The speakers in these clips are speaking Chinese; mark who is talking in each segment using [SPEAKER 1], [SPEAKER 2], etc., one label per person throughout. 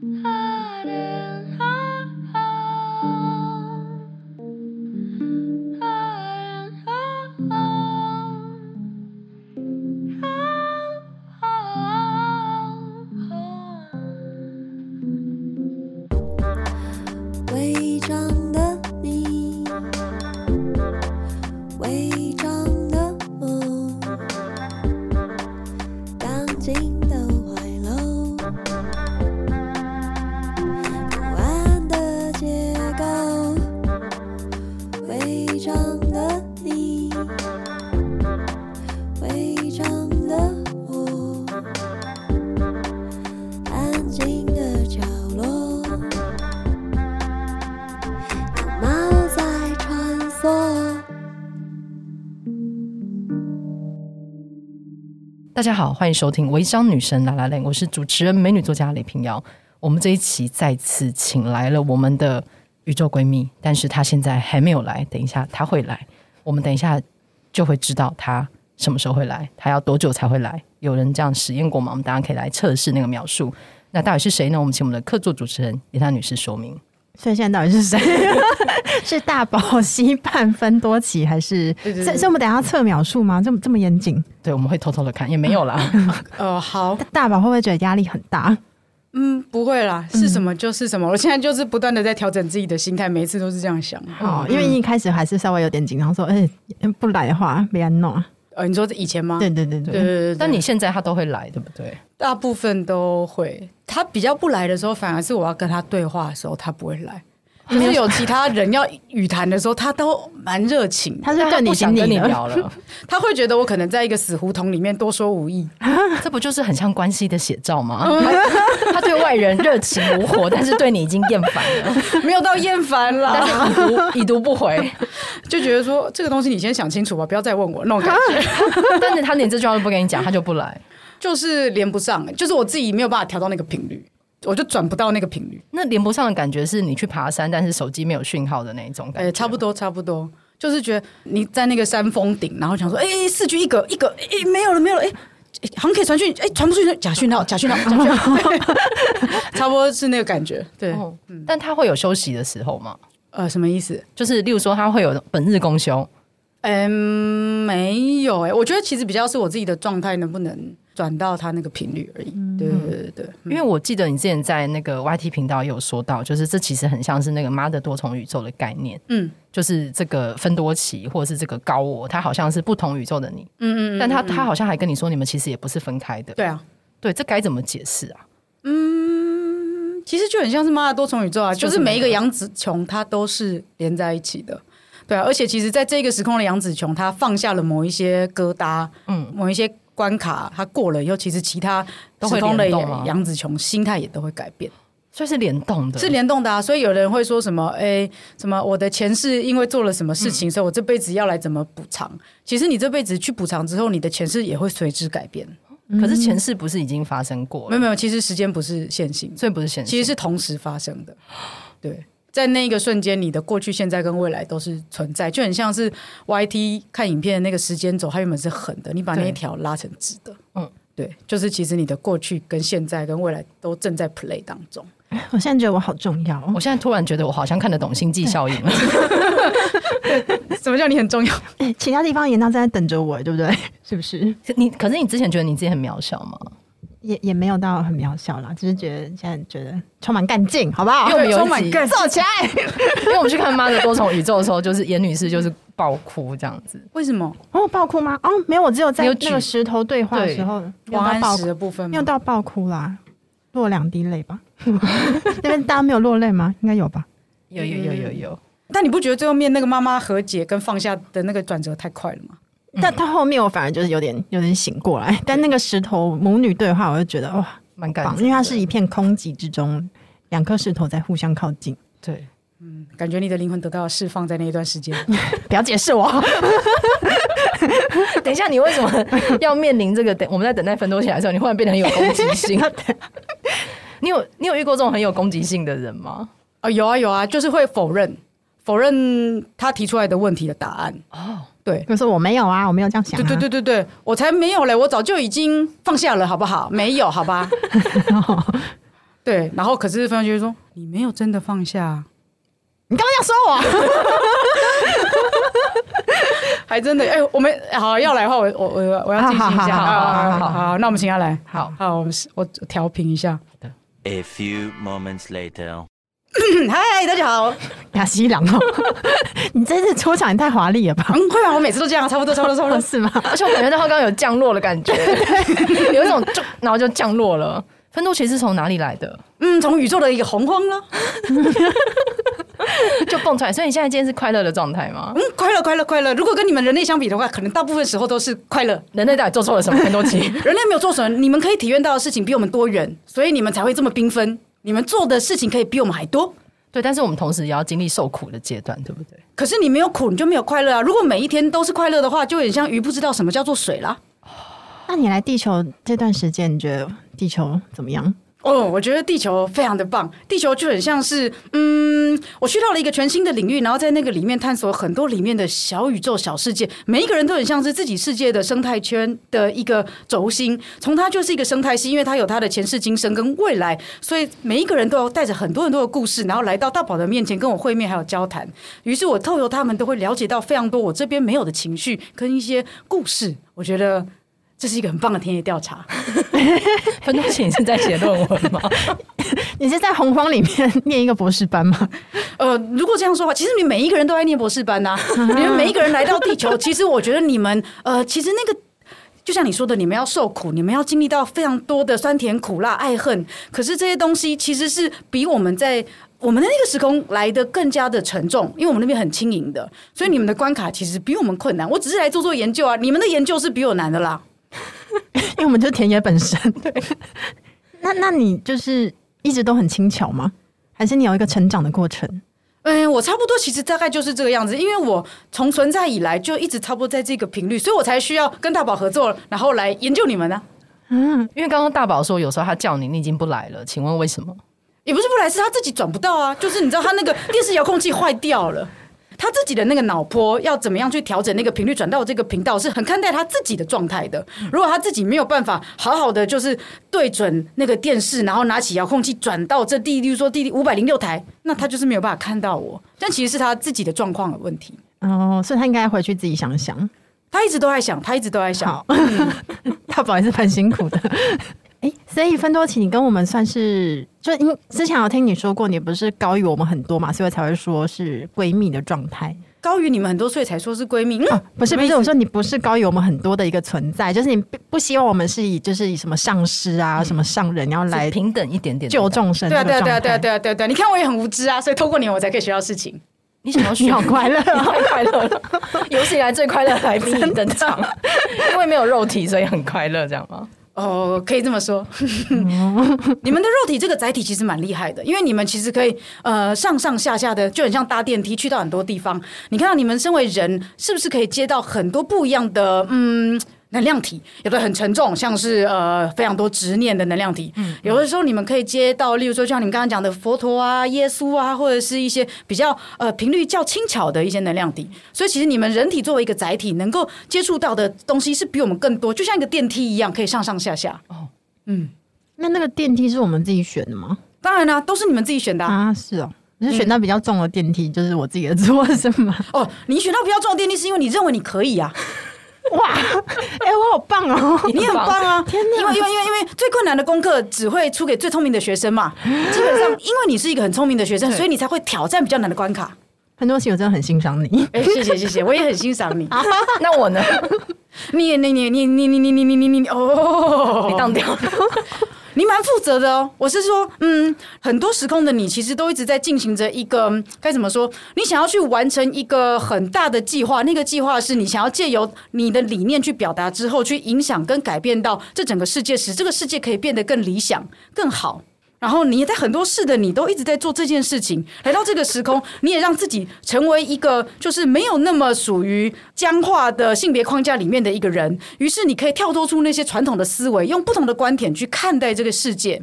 [SPEAKER 1] 하른 하하 하른 하하
[SPEAKER 2] 伪装的你，伪装的我，钢筋的怀楼，不安的结构，伪装的你，伪装的我，安静的角落。猫在穿梭。
[SPEAKER 3] 大家好，欢迎收听《微商女神拉拉链》，我是主持人美女作家雷平遥。我们这一期再次请来了我们的宇宙闺蜜，但是她现在还没有来，等一下她会来，我们等一下就会知道她什么时候会来，她要多久才会来。有人这样实验过吗？我们大家可以来测试那个描述。那到底是谁呢？我们请我们的客座主持人李娜女士说明。
[SPEAKER 4] 所以现在到底 是谁？是大宝西半分多奇还是？
[SPEAKER 3] 对对对
[SPEAKER 4] 所以所以我们等一下要测秒数吗？这么这么严谨？
[SPEAKER 3] 对，我们会偷偷的看，也没有 啦。
[SPEAKER 5] 呃，好，
[SPEAKER 4] 大宝会不会觉得压力很大？
[SPEAKER 5] 嗯，不会啦，是什么就是什么。我现在就是不断的在调整自己的心态，每一次都是这样想。
[SPEAKER 4] 哦，
[SPEAKER 3] 嗯
[SPEAKER 4] 因为一开始还是稍微有点紧张，说哎、不来的话别安弄。
[SPEAKER 5] 呃，你说以前吗？
[SPEAKER 4] 对对对对，
[SPEAKER 5] 对对对对
[SPEAKER 3] 但你现在她都会来，对不对？
[SPEAKER 5] 大部分都会，他比较不来的时候，反而是我要跟他对话的时候，他不会来。就是有其他人要语谈的时候，他都蛮热情的，
[SPEAKER 4] 他是更
[SPEAKER 3] 不
[SPEAKER 4] 你
[SPEAKER 3] 想
[SPEAKER 4] 心
[SPEAKER 3] 跟你
[SPEAKER 4] 里了。
[SPEAKER 3] 聊了，
[SPEAKER 5] 他会觉得我可能在一个死胡同里面多说无益。
[SPEAKER 3] 这不就是很像关系的写照吗？
[SPEAKER 5] 嗯
[SPEAKER 3] 他他对外人热情如火，但是对你已经厌烦了，
[SPEAKER 5] 没有到厌 烦
[SPEAKER 3] 但
[SPEAKER 5] 啦，
[SPEAKER 3] 是已读已读不回。
[SPEAKER 5] 就觉得说这个东西你先想清楚吧，不要再问我那种感觉，
[SPEAKER 3] 但是他连这句话都不跟你讲，他就不来。
[SPEAKER 5] 就是连不上，就是我自己没有办法调到那个频率，我就转不到那个频率。
[SPEAKER 3] 那连不上的感觉是你去爬山，但是手机没有讯号的那一种感
[SPEAKER 5] 哎、
[SPEAKER 3] 觉，
[SPEAKER 5] 差不多，差不多，就是觉得你在那个山峰顶，然后想说，哎、哎四 G 一个一个，哎、哎没有了，没有了，哎、哎好像可以传讯，哎、传不出去，假讯号，假讯 号，假 讯号，对差不多是那个感觉，对，
[SPEAKER 3] 哦。但他会有休息的时候吗？
[SPEAKER 5] 呃，什么意思？
[SPEAKER 3] 就是例如说，他会有本日公休，
[SPEAKER 5] 嗯，没有、哎，我觉得其实比较是我自己的状态能不能转到他那个频率而已，
[SPEAKER 3] 嗯
[SPEAKER 5] 对对对对对，
[SPEAKER 3] 因为我记得你之前在那个 YT 频道也有说到，就是这其实很像是那个“妈的多重宇宙”的概念。
[SPEAKER 5] 嗯
[SPEAKER 3] 就是这个芬多奇或者是这个高我，他好像是不同宇宙的你，
[SPEAKER 5] 嗯嗯嗯，
[SPEAKER 3] 但他他好像还跟你说，你们其实也不是分开的。
[SPEAKER 5] 对啊。
[SPEAKER 3] 对，这该怎么解释啊？
[SPEAKER 5] 其实就很像是妈的多重宇宙啊，
[SPEAKER 3] 就
[SPEAKER 5] 就是是每一个
[SPEAKER 3] 那个
[SPEAKER 5] 杨紫琼她都是连在一起的，对啊。而且其实，在这个时空的杨紫琼，她放下了某一些疙瘩，
[SPEAKER 3] 嗯
[SPEAKER 5] 嗯，某一些关卡，她过了以后，其实其他
[SPEAKER 3] 都会
[SPEAKER 5] 时空的
[SPEAKER 3] 联动啊吗
[SPEAKER 5] 杨紫琼心态也都会改变，
[SPEAKER 3] 所以是联动的，
[SPEAKER 5] 是联动的啊。所以有人会说什么，哎，什么我的前世因为做了什么事
[SPEAKER 3] 嗯
[SPEAKER 5] 情，所以我这辈子要来怎么补偿？其实你这辈子去补偿之后，你的前世也会随之改变。
[SPEAKER 3] 可是前世不是已经发生过
[SPEAKER 5] 嗯没
[SPEAKER 3] 了
[SPEAKER 5] 有？没有，其实时间不是线性的。
[SPEAKER 3] 所以不是前世，
[SPEAKER 5] 其实是同时发生的。对，在那个瞬间，你的过去、现在跟未来都是存在，就很像是 YT 看影片的那个时间轴，它原本是横的，你把那
[SPEAKER 3] 对
[SPEAKER 5] 一条拉成直的。
[SPEAKER 3] 嗯
[SPEAKER 5] 嗯，对，就是其实你的过去、跟现在、跟未来都正在 play 当中。
[SPEAKER 4] 我现在觉得我好重要哦
[SPEAKER 3] 我，现在突然觉得我好像看得懂星际效 应了。
[SPEAKER 5] 什么叫你很重要？
[SPEAKER 4] 哎其他地方也那正在等着我，对不对？是不是？
[SPEAKER 3] 可你可是你之前觉得你自己很渺小吗？
[SPEAKER 4] 也也没有到很渺小啦，只是觉得现在觉得充满干劲，好不好？
[SPEAKER 3] 因为我们
[SPEAKER 5] ？Oh
[SPEAKER 3] 有一集
[SPEAKER 4] 做起来。
[SPEAKER 3] 因为我们去看《妈的多重宇宙》的时候，就是严女士就是爆哭这样子。
[SPEAKER 5] 为什么？
[SPEAKER 4] 哦，爆哭吗？哦，没有，我只有在
[SPEAKER 3] 你有举
[SPEAKER 4] 那个石头对话的
[SPEAKER 3] 对
[SPEAKER 4] 时候，没有
[SPEAKER 5] 王
[SPEAKER 4] 到
[SPEAKER 5] 安
[SPEAKER 4] 爆
[SPEAKER 5] 石
[SPEAKER 4] 哭，
[SPEAKER 5] 的部分
[SPEAKER 4] 没
[SPEAKER 5] 吗
[SPEAKER 4] 有？到爆哭啦，落两滴泪吧。 那边大家没有落泪吗？应该有吧。
[SPEAKER 3] 有有有有有，
[SPEAKER 5] 但你不觉得最后面那个妈妈和解跟放下的那个转折太快了吗？
[SPEAKER 4] 但他后面我反而就是有点有点醒过来，但那个石头母女对话，我就觉得哇
[SPEAKER 3] 蛮感
[SPEAKER 4] 棒，
[SPEAKER 3] 动
[SPEAKER 4] 因为它是一片空寂之中，两颗石头在互相靠近。
[SPEAKER 3] 对。
[SPEAKER 5] 感觉你的灵魂得到了释放，在那一段时间。
[SPEAKER 4] 不要解释我，
[SPEAKER 3] 等一下，你为什么要面临这个？ 等我们在等待分多起来的时候，你忽然变得很有攻击 性。你有你有遇过这种很有攻击性的人吗？
[SPEAKER 5] 啊、有啊有啊，就是会否认否认他提出来的问题的答案。
[SPEAKER 3] 哦，
[SPEAKER 5] 对，
[SPEAKER 4] 我说我没有啊，我没有这样想、
[SPEAKER 5] 对
[SPEAKER 4] 啊。
[SPEAKER 5] 对对对对，我 才没有嘞，我早就已经放下了，好不好？没有，好吧？对，然后可是方就会说你没有真的放下，
[SPEAKER 4] 你刚刚要说我，
[SPEAKER 5] 还真的哎、我们好要来的话，我我我我要进行一下，
[SPEAKER 4] 啊好好好好好
[SPEAKER 5] 好好，那我们请他来，
[SPEAKER 3] 好
[SPEAKER 5] 好，我们是我调频一下，
[SPEAKER 6] A few moments later.
[SPEAKER 5] 嗨，大家好，
[SPEAKER 4] 雅西郎哦， 你这次出场也太华丽了吧？
[SPEAKER 5] 嗯，会吧，我每次都这样，差不多，差不多，差不 多，
[SPEAKER 4] 是吗？
[SPEAKER 3] 而且我感觉到他刚刚有降落的感 觉，有一种就然后就降落了。芬多奇是从哪里来的？
[SPEAKER 5] 嗯，从宇宙的一个洪荒了，
[SPEAKER 3] 就蹦出来。所以你现在今天是快乐的状态吗？
[SPEAKER 5] 嗯，快乐，快乐，快乐。如果跟你们人类相比的话，可能大部分时候都是快乐。
[SPEAKER 3] 人类到底做错了什么？芬多 奇，
[SPEAKER 5] 人类没有做什么，你们可以体验到的事情比我们多元，所以你们才会这么缤纷。你们做的事情可以比我们还多，
[SPEAKER 3] 对，但是我们同时也要经历受苦的阶段，对不 对？
[SPEAKER 5] 可是你没有苦，你就没有快乐啊！如果每一天都是快乐的话，就有点像鱼不知道什么叫做水啦。
[SPEAKER 4] 那你来地球这段时间，你觉得地球怎么样？
[SPEAKER 5] 哦，我觉得地球非常的棒，地球就很像是，嗯，我去到了一个全新的领域，然后在那个里面探索很多里面的小宇宙、小世界，每一个人都很像是自己世界的生态圈的一个轴心，从它就是一个生态系，因为它有它的前世今生跟未来，所以每一个人都要带着很多很多的故事，然后来到大宝的面前跟我会面还有交谈，于是我透过他们都会了解到非常多我这边没有的情绪跟一些故事，我觉得这是一个很棒的田野调查。
[SPEAKER 3] 芬多奇，你是在写论文吗？
[SPEAKER 4] 你是在洪荒里面 念一个博士班吗？
[SPEAKER 5] 呃，如果这样说的话，其实你每一个人都在念博士班呐、你们每一个人来到地球，其实我觉得你们呃，其实那个。就像你说的，你们要受苦，你们要经历到非常多的酸甜苦辣、爱恨。可是这些东西其实是比我们在我们的那个时空来的更加的沉重，因为我们那边很轻盈的，所以你们的关卡其实比我们困难。我只是来做做研究啊，你们的研究是比我难的啦。
[SPEAKER 4] 因为我们就田野本身。 那那你就是一直都很轻巧吗？还是你有一个成长的过程？
[SPEAKER 5] 嗯，我差不多，其实大概就是这个样子，因为我从存在以来就一直差不多在这个频率，所以我才需要跟大宝合作，然后来研究你们呢、啊
[SPEAKER 3] 因为刚刚大宝说，有时候他叫你，你已经不来了，请问为什么？
[SPEAKER 5] 也不是不来，是他自己转不到啊，就是你知道他那个电视遥控器坏掉了。他自己的那个脑波要怎么样去调整那个频率转到这个频道，是很看待他自己的状态的。如果他自己没有办法好好的就是对准那个电视，然后拿起遥控器转到这第，例如说第五百零六台，那他就是没有办法看到我。但其实是他自己的状况有问题。
[SPEAKER 4] 哦，所以他应该回去自己想想。
[SPEAKER 5] 他一直都在想，他一直都在想。
[SPEAKER 4] 好，大宝也是蛮辛苦的。 哎，所以芬多奇，你跟我们算是就因之前有听你说过，你不是高于我们很多嘛，所以才会说是闺蜜的状态。
[SPEAKER 5] 高于你们很多岁才说是闺蜜，嗯，
[SPEAKER 4] 不是
[SPEAKER 5] 什么
[SPEAKER 4] 不
[SPEAKER 5] 意
[SPEAKER 4] 是，
[SPEAKER 5] 思
[SPEAKER 4] 我说你不是高于我们很多的一个存在，就是你不不希望我们是以就是以什么上师
[SPEAKER 5] 嗯
[SPEAKER 4] 啊、什么上人，然后来
[SPEAKER 3] 是平等一点点的
[SPEAKER 4] 救众生
[SPEAKER 5] 对啊，
[SPEAKER 4] 这
[SPEAKER 5] 对
[SPEAKER 4] 个状
[SPEAKER 5] 啊，对啊，对啊，
[SPEAKER 4] 态。
[SPEAKER 5] 对啊，对啊，对啊！你看我也很无知啊，所以透过你我才可以学到事情。
[SPEAKER 3] 你想要学
[SPEAKER 4] 你好快乐哦
[SPEAKER 3] 你太快乐了！有史以来最快乐的来 宾登场，因为没有肉体，所以很快乐，这样 吗？
[SPEAKER 5] 哦，可以这么说。你们的肉体这个载体其实蛮厉害的，因为你们其实可以呃上上下下的，就很像搭电梯去到很多地方。你看到你们身为人，是不是可以接到很多不一样的嗯？能量体有的很沉重，像是呃非常多执念的能量体。有的时候你们可以接到，例如说像你们刚刚讲的佛陀啊、耶稣啊，或者是一些比较呃频率较轻巧的一些能量体。所以其实你们人体作为一个载体，能够接触到的东西是比我们更多，就像一个电梯一样，可以上上下下。
[SPEAKER 4] 那那个电梯是我们自己选的吗？
[SPEAKER 5] 当然啦、都是你们自己选的啊、
[SPEAKER 4] 啊，是哦，你是选到比较重的电梯，就是我自己的错是吗？
[SPEAKER 5] 哦，你选到不要撞电梯，是因为你认为你可以啊呀、
[SPEAKER 4] 哇， 哎、我好棒 哦！
[SPEAKER 5] 你很棒啊！
[SPEAKER 4] 天哪
[SPEAKER 5] 因为因为因为因为最困难的功课只会出给最聪明的学 生嘛。基本上，因为你是一个很聪明的学生，所以你才会挑战比较难的关卡。
[SPEAKER 4] 很多戏我真的很欣赏你。
[SPEAKER 5] 哎，谢谢谢谢，我也很欣赏你。
[SPEAKER 3] 那我呢？
[SPEAKER 5] 你你你你你你你你你你你哦，
[SPEAKER 3] 你当掉了。
[SPEAKER 5] 你蛮负责的哦。我是说，嗯，很多时空的你其实都一直在进行着一个嗯该怎么说？你想要去完成一个很大的计划，那个计划是你想要借由你的理念去表达之后，去影响跟改变到这整个世界，使这个世界可以变得更理想、更好。然后你也在很多事的你都一直在做这件事情，来到这个时空，你也让自己成为一个就是没有那么属于僵化的性别框架里面的一个人。于是你可以跳脱出那些传统的思维，用不同的观点去看待这个世界。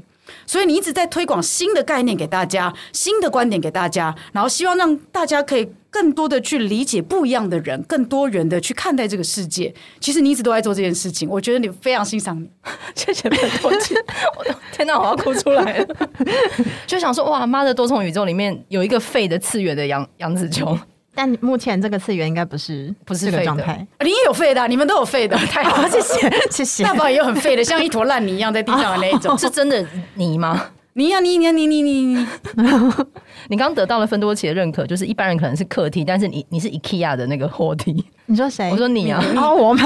[SPEAKER 5] 所以你一直在推广新的概念给大家，新的观点给大家，然后希望让大家可以更多的去理解不一样的人，更多元的去看待这个世界。其实你一直都在做这件事情，我觉得你非常欣赏你。
[SPEAKER 3] 谢谢潘多奇，我的天哪，我要哭出来了！ 就想说，哇妈的多重宇宙里面有一个废的次元的杨杨紫 琼，
[SPEAKER 4] 但目前这个次元应该不是
[SPEAKER 3] 不是
[SPEAKER 4] 这个
[SPEAKER 3] 废的
[SPEAKER 4] 状态。
[SPEAKER 5] 你也有废的啊、你们都有废的，太好
[SPEAKER 4] 好，
[SPEAKER 5] 了，
[SPEAKER 4] 谢谢 谢谢
[SPEAKER 5] 大。宝也有很废的，像一坨烂泥一样在地上的那一种。
[SPEAKER 3] 是真的你吗？
[SPEAKER 5] 你呀、你你你你你你，
[SPEAKER 3] 你刚得到了芬多奇的认可，就是一般人可能是客体，但是你你是 IKEA 的那个货 体，
[SPEAKER 4] 你说谁？
[SPEAKER 3] 我说你啊
[SPEAKER 4] 哦，我吗？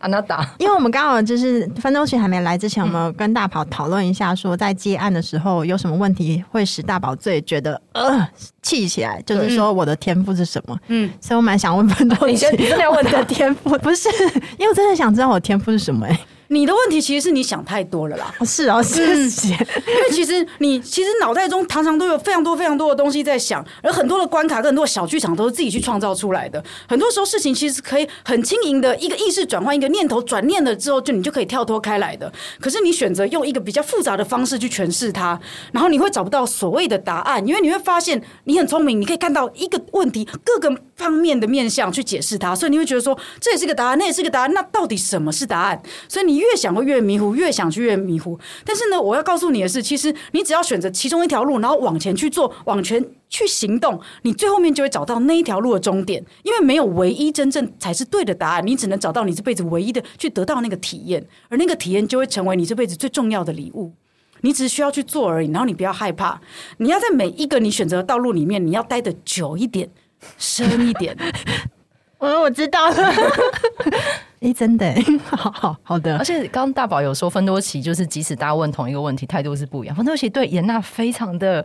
[SPEAKER 3] 安娜达。
[SPEAKER 4] 因为我们刚好就是呃分东群还没来之前，我们跟大宝讨论一下，说在接案的时候有什么问题会使大宝最觉得呃气起来，就是说我的天赋是什么？嗯
[SPEAKER 5] 嗯，
[SPEAKER 4] 所以我蛮想问分 东群，
[SPEAKER 3] 你先你真的要问
[SPEAKER 4] 我
[SPEAKER 3] 他
[SPEAKER 4] 的天赋不是，因为我真的想知道我的天赋是什么、欸？
[SPEAKER 5] 你的问题其实是你想太多了啦。
[SPEAKER 4] 哦是哦，谢谢。
[SPEAKER 5] 因为其实你其实脑袋中常常都有非常多非常多的东西在想，而很多的关卡跟很多小剧场都是自己去创造出来的。很多时候事情其实可以很轻盈的一个意识转换，一个念头转念了之后，就你就可以跳脱开来的。可是你选择用一个比较复杂的方式去诠释它，然后你会找不到所谓的答案，因为你会发现你很聪明，你可以看到一个问题各个方面的面向去解释它，所以你会觉得说这也是个答案，那也是个答案，那到底什么是答案？所以你越想会越迷糊，越想去越迷糊。但是呢，我要告诉你的是，其实你只要选择其中一条路，然后往前去做，往前去行动，你最后面就会找到那一条路的终点。因为没有唯一真正才是对的答案，你只能找到你这辈子唯一的去得到那个体验，而那个体验就会成为你这辈子最重要的礼物。你只需要去做而已，然后你不要害怕，你要在每一个你选择的道路里面，你要待的久一点、深一点。
[SPEAKER 4] 我我知道了。 哎、真的、欸， 好好好
[SPEAKER 3] 而
[SPEAKER 4] 的，
[SPEAKER 3] 且刚刚大宝有说，芬多奇就是即使大家问同一个问题，态度是不一样。芬多奇对严娜非常的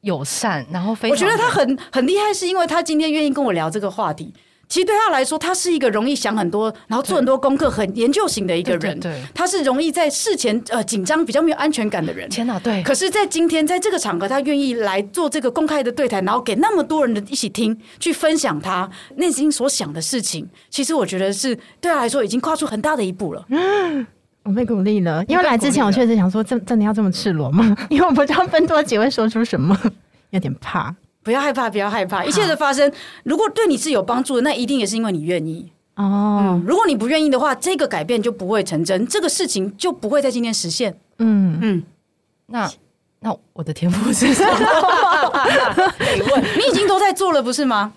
[SPEAKER 3] 友善，然后非
[SPEAKER 5] 我
[SPEAKER 3] 常
[SPEAKER 5] 觉得他很很厉害，是因为他今天愿意跟我聊这个话题。其实对他来说，他是一个容易想很多，然后做很多功课、很研究型的一个人。
[SPEAKER 3] 对对对
[SPEAKER 5] 他是容易在事前呃紧张、比较没有安全感的人。
[SPEAKER 3] 天哪，对，
[SPEAKER 5] 可是，在今天，在这个场合，他愿意来做这个公开的对谈，然后给那么多人的一起听，去分享他内心所想的事情。其实，我觉得是对他来说已经跨出很大的一步了。
[SPEAKER 4] 我被鼓励了。因为来之前我确实想说，真真的要这么赤裸吗？ 因为我不知道分多姐会说出什么，有点怕。
[SPEAKER 5] 不要害怕，不要害怕，一切的发生，如果对你是有帮助的，那一定也是因为你愿意。嗯
[SPEAKER 4] 哦，
[SPEAKER 5] 如果你不愿意的话，这个改变就不会成真，这个事情就不会在今天实现。
[SPEAKER 4] 嗯，
[SPEAKER 5] 嗯，
[SPEAKER 3] 那那我的天赋是什么？
[SPEAKER 5] 你已经都在做了，不是吗？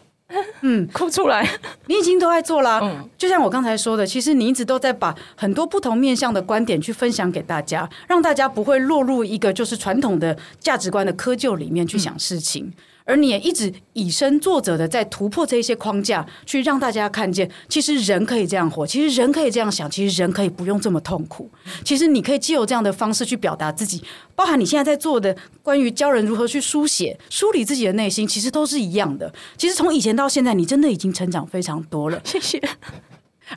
[SPEAKER 3] 哭出来。
[SPEAKER 5] 你已经都在做啦、
[SPEAKER 3] 嗯
[SPEAKER 5] 就像我刚才说的，其实你一直都在把很多不同面向的观点去分享给大家，让大家不会落入一个就是传统的价值观的窠臼里面去想事情。而你也一直以身作则的在突破这一些框架，去让大家看见，其实人可以这样活，其实人可以这样想，其实人可以不用这么痛苦。其实你可以借由这样的方式去表达自己，包含你现在在做的关于教人如何去书写、梳理自己的内心，其实都是一样的。其实从以前到现在，你真的已经成长非常多了。谢谢。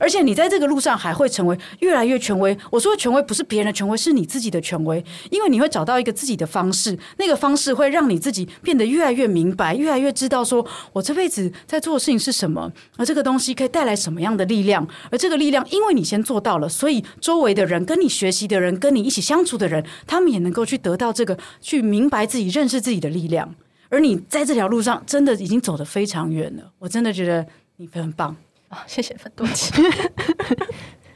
[SPEAKER 5] 而且你在这个路上还会成为越来越权威。我说的权威不是别人的权威，是你自己的权威，因为你会找到一个自己的方式，那个方式会让你自己变得越来越明白，越来越知道说我这辈子在做的事情是什么，而这个东西可以带来什么样的力量，而这个力量因为你先做到了，所以周围的人、跟你学习的人、跟你一起相处的人，他们也能够去得到这个，去明白自己、认识自己的力量。而你在这条路上真的已经走得非常远了，我真的觉得你很棒。
[SPEAKER 3] 啊谢谢芬多奇。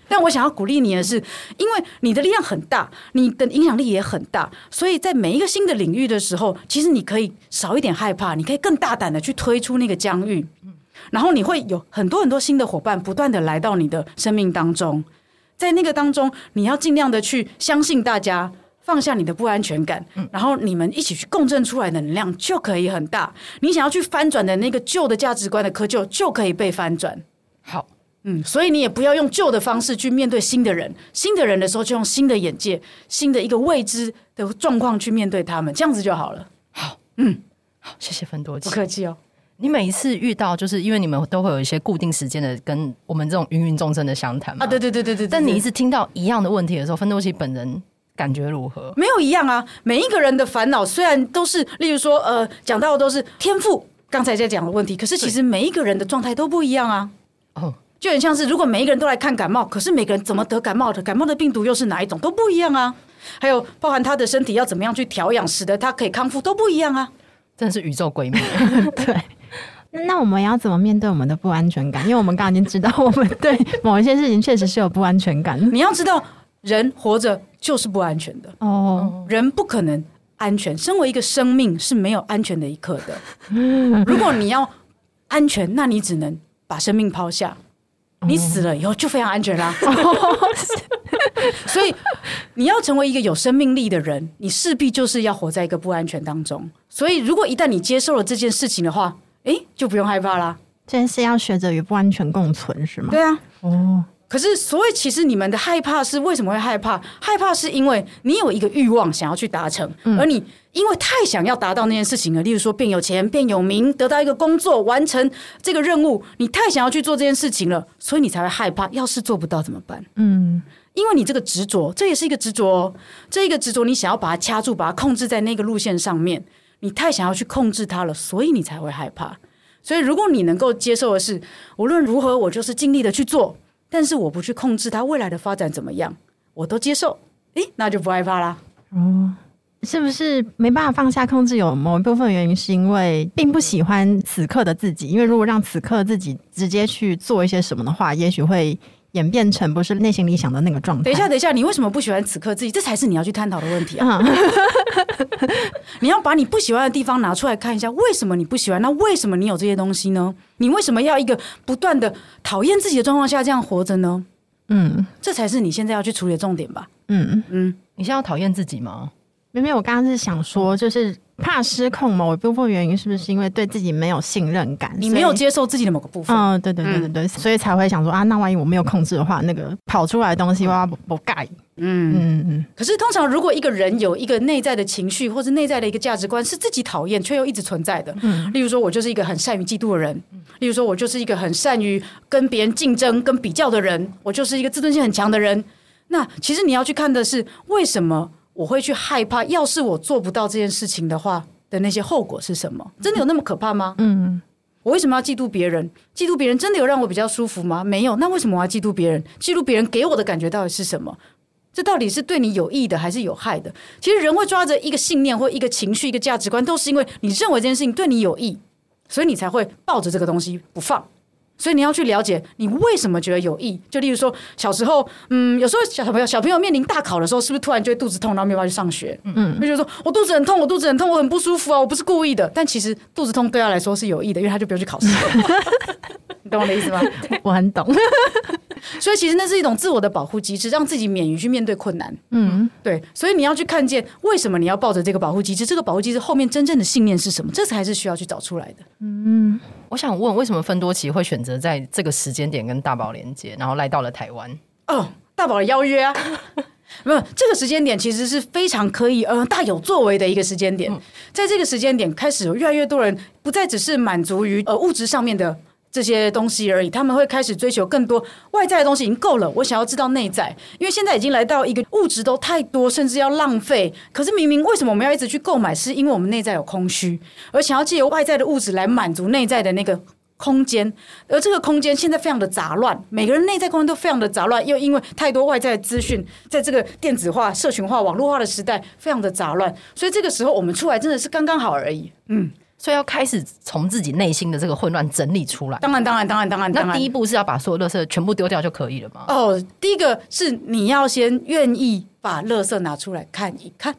[SPEAKER 5] 但我想要鼓励你的是，因为你的力量很大，你的影响力也很大，所以在每一个新的领域的时候，其实你可以少一点害怕，你可以更大胆的去推出那个疆域，然后你会有很多很多新的伙伴不断的来到你的生命当中，在那个当中，你要尽量的去相信大家。放下你的不安全感，然后你们一起去共振出来的能量就可以很大。你想要去翻转的那个旧的价值观的窠臼就可以被翻转。
[SPEAKER 3] 好，
[SPEAKER 5] 嗯，所以你也不要用旧的方式去面对新的人，新的人的时候就用新的眼界、新的一个未知的状况去面对他们，这样子就好了。
[SPEAKER 3] 好谢谢芬多
[SPEAKER 5] 不
[SPEAKER 3] 奇。
[SPEAKER 5] 客气哦。
[SPEAKER 3] 你每一次遇到，就是因为你们都会有一些固定时间的跟我们这种芸芸众生的相谈嘛。
[SPEAKER 5] 啊，对。对对对对对
[SPEAKER 3] 但你一
[SPEAKER 5] 对
[SPEAKER 3] 直听到一样的问题的时候，芬多奇本人感觉如何？
[SPEAKER 5] 没有一样啊，每一个人的烦恼虽然都是，例如说，呃，讲到的都是天赋，刚才在讲的问题，可是其实每一个人的状态都不一样啊。
[SPEAKER 3] 哦，
[SPEAKER 5] 就很像是，如果每一个人都来看感冒，可是每个人怎么得感冒的，感冒的病毒又是哪一种都不一样啊。还有包含他的身体要怎么样去调养，使得他可以康复，都不一样啊。
[SPEAKER 3] 真的是宇宙闺蜜。
[SPEAKER 4] 那我们要怎么面对我们的不安全感？因为我们刚刚已经知道，我们对某一些事情确实是有不安全感。
[SPEAKER 5] 你要知道，人活着就是不安全的，
[SPEAKER 4] 哦，
[SPEAKER 5] 人不可能安全。身为一个生命是没有安全的一刻的。如果你要安全，那你只能把生命抛下。你死了以后就非常安全啦。 所以你要成为一个有生命力的人，你势必就是要活在一个不安全当中。所以，如果一旦你接受了这件事情的话，诶，就不用害怕啦。
[SPEAKER 4] 这是要学着与不安全共存，是吗？
[SPEAKER 5] 对啊，
[SPEAKER 4] 哦，
[SPEAKER 5] 可是，所以其实你们的害怕是为什么会害怕？害怕是因为你有一个欲望想要去达成，
[SPEAKER 4] 嗯
[SPEAKER 5] 而你因为太想要达到那件事情了，例如说变有钱、变有名、得到一个工作、完成这个任务，你太想要去做这件事情了，所以你才会害怕。要是做不到怎么办？
[SPEAKER 4] 嗯，
[SPEAKER 5] 因为你这个执着，这也是一个执着、哦，这一个执着，你想要把它掐住，把它控制在那个路线上面，你太想要去控制它了，所以你才会害怕。所以，如果你能够接受的是，无论如何，我就是尽力的去做，但是我不去控制它未来的发展怎么样，我都接受，诶，那就不害怕啦。
[SPEAKER 4] 是不是没办法放下控制？有某一部分原因是因为并不喜欢此刻的自己，因为如果让此刻自己直接去做一些什么的话，也许会演变成不是内心理想的那个状态。
[SPEAKER 5] 等一下，，等一下，你为什么不喜欢此刻自己？这才是你要去探讨的问题啊！ 你要把你不喜欢的地方拿出来看一下，为什么你不喜欢？那为什么你有这些东西呢？你为什么要一个不断的讨厌自己的状况下这样活着呢？
[SPEAKER 4] 嗯
[SPEAKER 5] 这才是你现在要去处理的重点吧？
[SPEAKER 4] 嗯，
[SPEAKER 5] 嗯，
[SPEAKER 3] 你现在要讨厌自己吗？
[SPEAKER 4] 明明我刚刚是想说，就是怕失控某一部分原因，是不是因为对自己没有信任感？
[SPEAKER 5] 你没有
[SPEAKER 4] 所以
[SPEAKER 5] 接受自己的某个部分，
[SPEAKER 4] 嗯，对对对对对，所以才会想说啊，那万一我没有控制的话，那个跑出来的东西哇不不盖，
[SPEAKER 5] 嗯
[SPEAKER 4] 嗯嗯，
[SPEAKER 5] 可是通常，如果一个人有一个内在的情绪或者内在的一个价值观是自己讨厌却又一直存在的，例如说我就是一个很善于嫉妒的人，例如说我就是一个很善于跟别人竞争、跟比较的人，我就是一个自尊心很强的人。那其实你要去看的是，为什么我会去害怕？要是我做不到这件事情的话的那些后果是什么？真的有那么可怕吗？嗯。我为什么要嫉妒别人？嫉妒别人真的有让我比较舒服吗？没有。那为什么我要嫉妒别人？嫉妒别人给我的感觉到底是什么？这到底是对你有益的还是有害的？其实人会抓着一个信念或一个情绪、一个价值观，都是因为你认为这件事情对你有益，所以你才会抱着这个东西不放。所以你要去了解你为什么觉得有益。就例如说，小时候，嗯，有时候小朋友小朋友面临大考的时候，是不是突然就会肚子痛，然后没有办法去上学？嗯，就觉得说我肚子很痛，我肚子很痛，我很不舒服啊，我不是故意的。但其实肚子痛对他来说是有益的，因为他就不用去考试。你懂我的意思吗？
[SPEAKER 4] 我很懂，
[SPEAKER 5] 所以其实那是一种自我的保护机制，让自己免于去面对困难。
[SPEAKER 4] 嗯，
[SPEAKER 5] 对，所以你要去看见为什么你要抱着这个保护机制，这个保护机制后面真正的信念是什么，这才是需要去找出来的。
[SPEAKER 3] 我想问，为什么芬多奇会选择在这个时间点跟大宝连接，然后来到了台湾？
[SPEAKER 5] 哦，大宝的邀约啊。 没有，这个时间点其实是非常可以呃大有作为的一个时间点，在这个时间点开始，有越来越多人不再只是满足于呃物质上面的这些东西而已，他们会开始追求更多外在的东西，已经够了。我想要知道内在，因为现在已经来到一个物质都太多，甚至要浪费。可是明明为什么我们要一直去购买？是因为我们内在有空虚，而想要借由外在的物质来满足内在的那个空间，而这个空间现在非常的杂乱，每个人内在空间都非常的杂乱，又因为太多外在的资讯，在这个电子化、社群化、网络化的时代，非常的杂乱，所以这个时候我们出来真的是刚刚好而已。嗯
[SPEAKER 3] 所以要开始从自己内心的这个混乱整理出来。
[SPEAKER 5] 当然，当然，当然，当然，当
[SPEAKER 3] 那
[SPEAKER 5] 然。
[SPEAKER 3] 第一步是要把所有垃圾全部丢掉就可以了吗？
[SPEAKER 5] 哦，第一个是你要先愿意把垃圾拿出来看一看，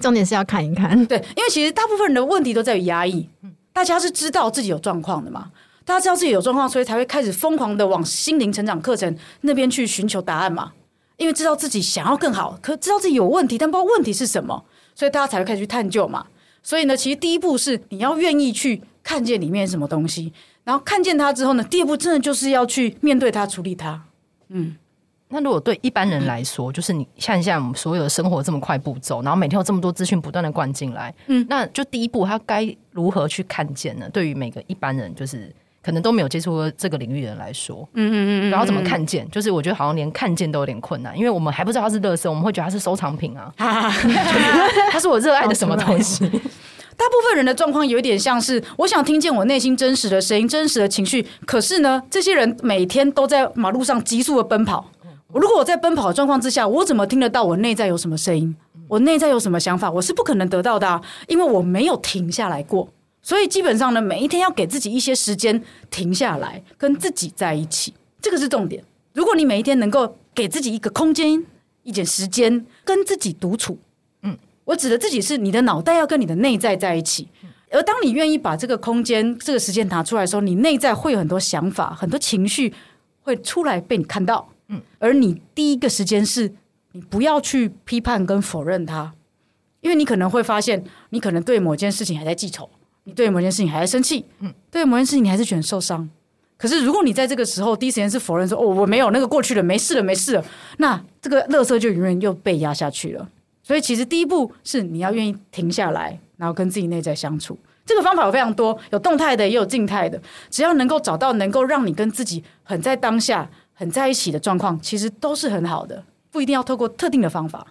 [SPEAKER 4] 重点是要看一看，
[SPEAKER 5] 对，因为其实大部分人的问题都在于压抑，大家是知道自己有状况的嘛。大家知道自己有状况，所以才会开始疯狂的往心灵成长课程那边去寻求答案嘛。因为知道自己想要更好，可知道自己有问题，但不知道问题是什么，所以大家才会开始去探究嘛。所以呢，其实第一步是你要愿意去看见里面什么东西，然后看见它之后呢，第二步真的就是要去面对它、处理它。
[SPEAKER 3] 那如果对一般人来说，就是你像现在我们所有的生活这么快步骤，然后每天有这么多资讯不断的灌进来，嗯，那就第一步他该如何去看见呢？对于每个一般人，就是可能都没有接触过这个领域的人来说，嗯嗯嗯，然后怎么看见？就是我觉得好像连看见都有点困难，因为我们还不知道它是垃圾，我们会觉得它是收藏品 啊，它是我热爱的什么东西？
[SPEAKER 5] 大部分人的状况有一点像是，我想听见我内心真实的声音、真实的情绪，可是呢，这些人每天都在马路上急速的奔跑。如果我在奔跑的状况之下，我怎么听得到我内在有什么声音？我内在有什么想法？我是不可能得到的啊、因为我没有停下来过。所以基本上呢，每一天要给自己一些时间停下来，跟自己在一起，这个是重点。如果你每一天能够给自己一个空间、一点时间，跟自己独处，我指的自己是你的脑袋要跟你的内在在一起。而当你愿意把这个空间、这个时间拿出来的时候，你内在会有很多想法、很多情绪会出来被你看到。嗯，而你第一个时间是你不要去批判跟否认它，因为你可能会发现，你可能对某件事情还在记仇，你对某件事情还在生气，嗯，对某件事情你还是觉得很受伤。可是如果你在这个时候第一时间是否认说“哦，我没有那个过去了，没事了，没事了”，那这个垃圾就永远又被压下去了。所以其实第一步是你要愿意停下来，然后跟自己内在相处。这个方法有非常多，有动态的，也有静态的。只要能够找到能够让你跟自己很在当下、很在一起的状况，其实都是很好的，不一定要透过特定的方法。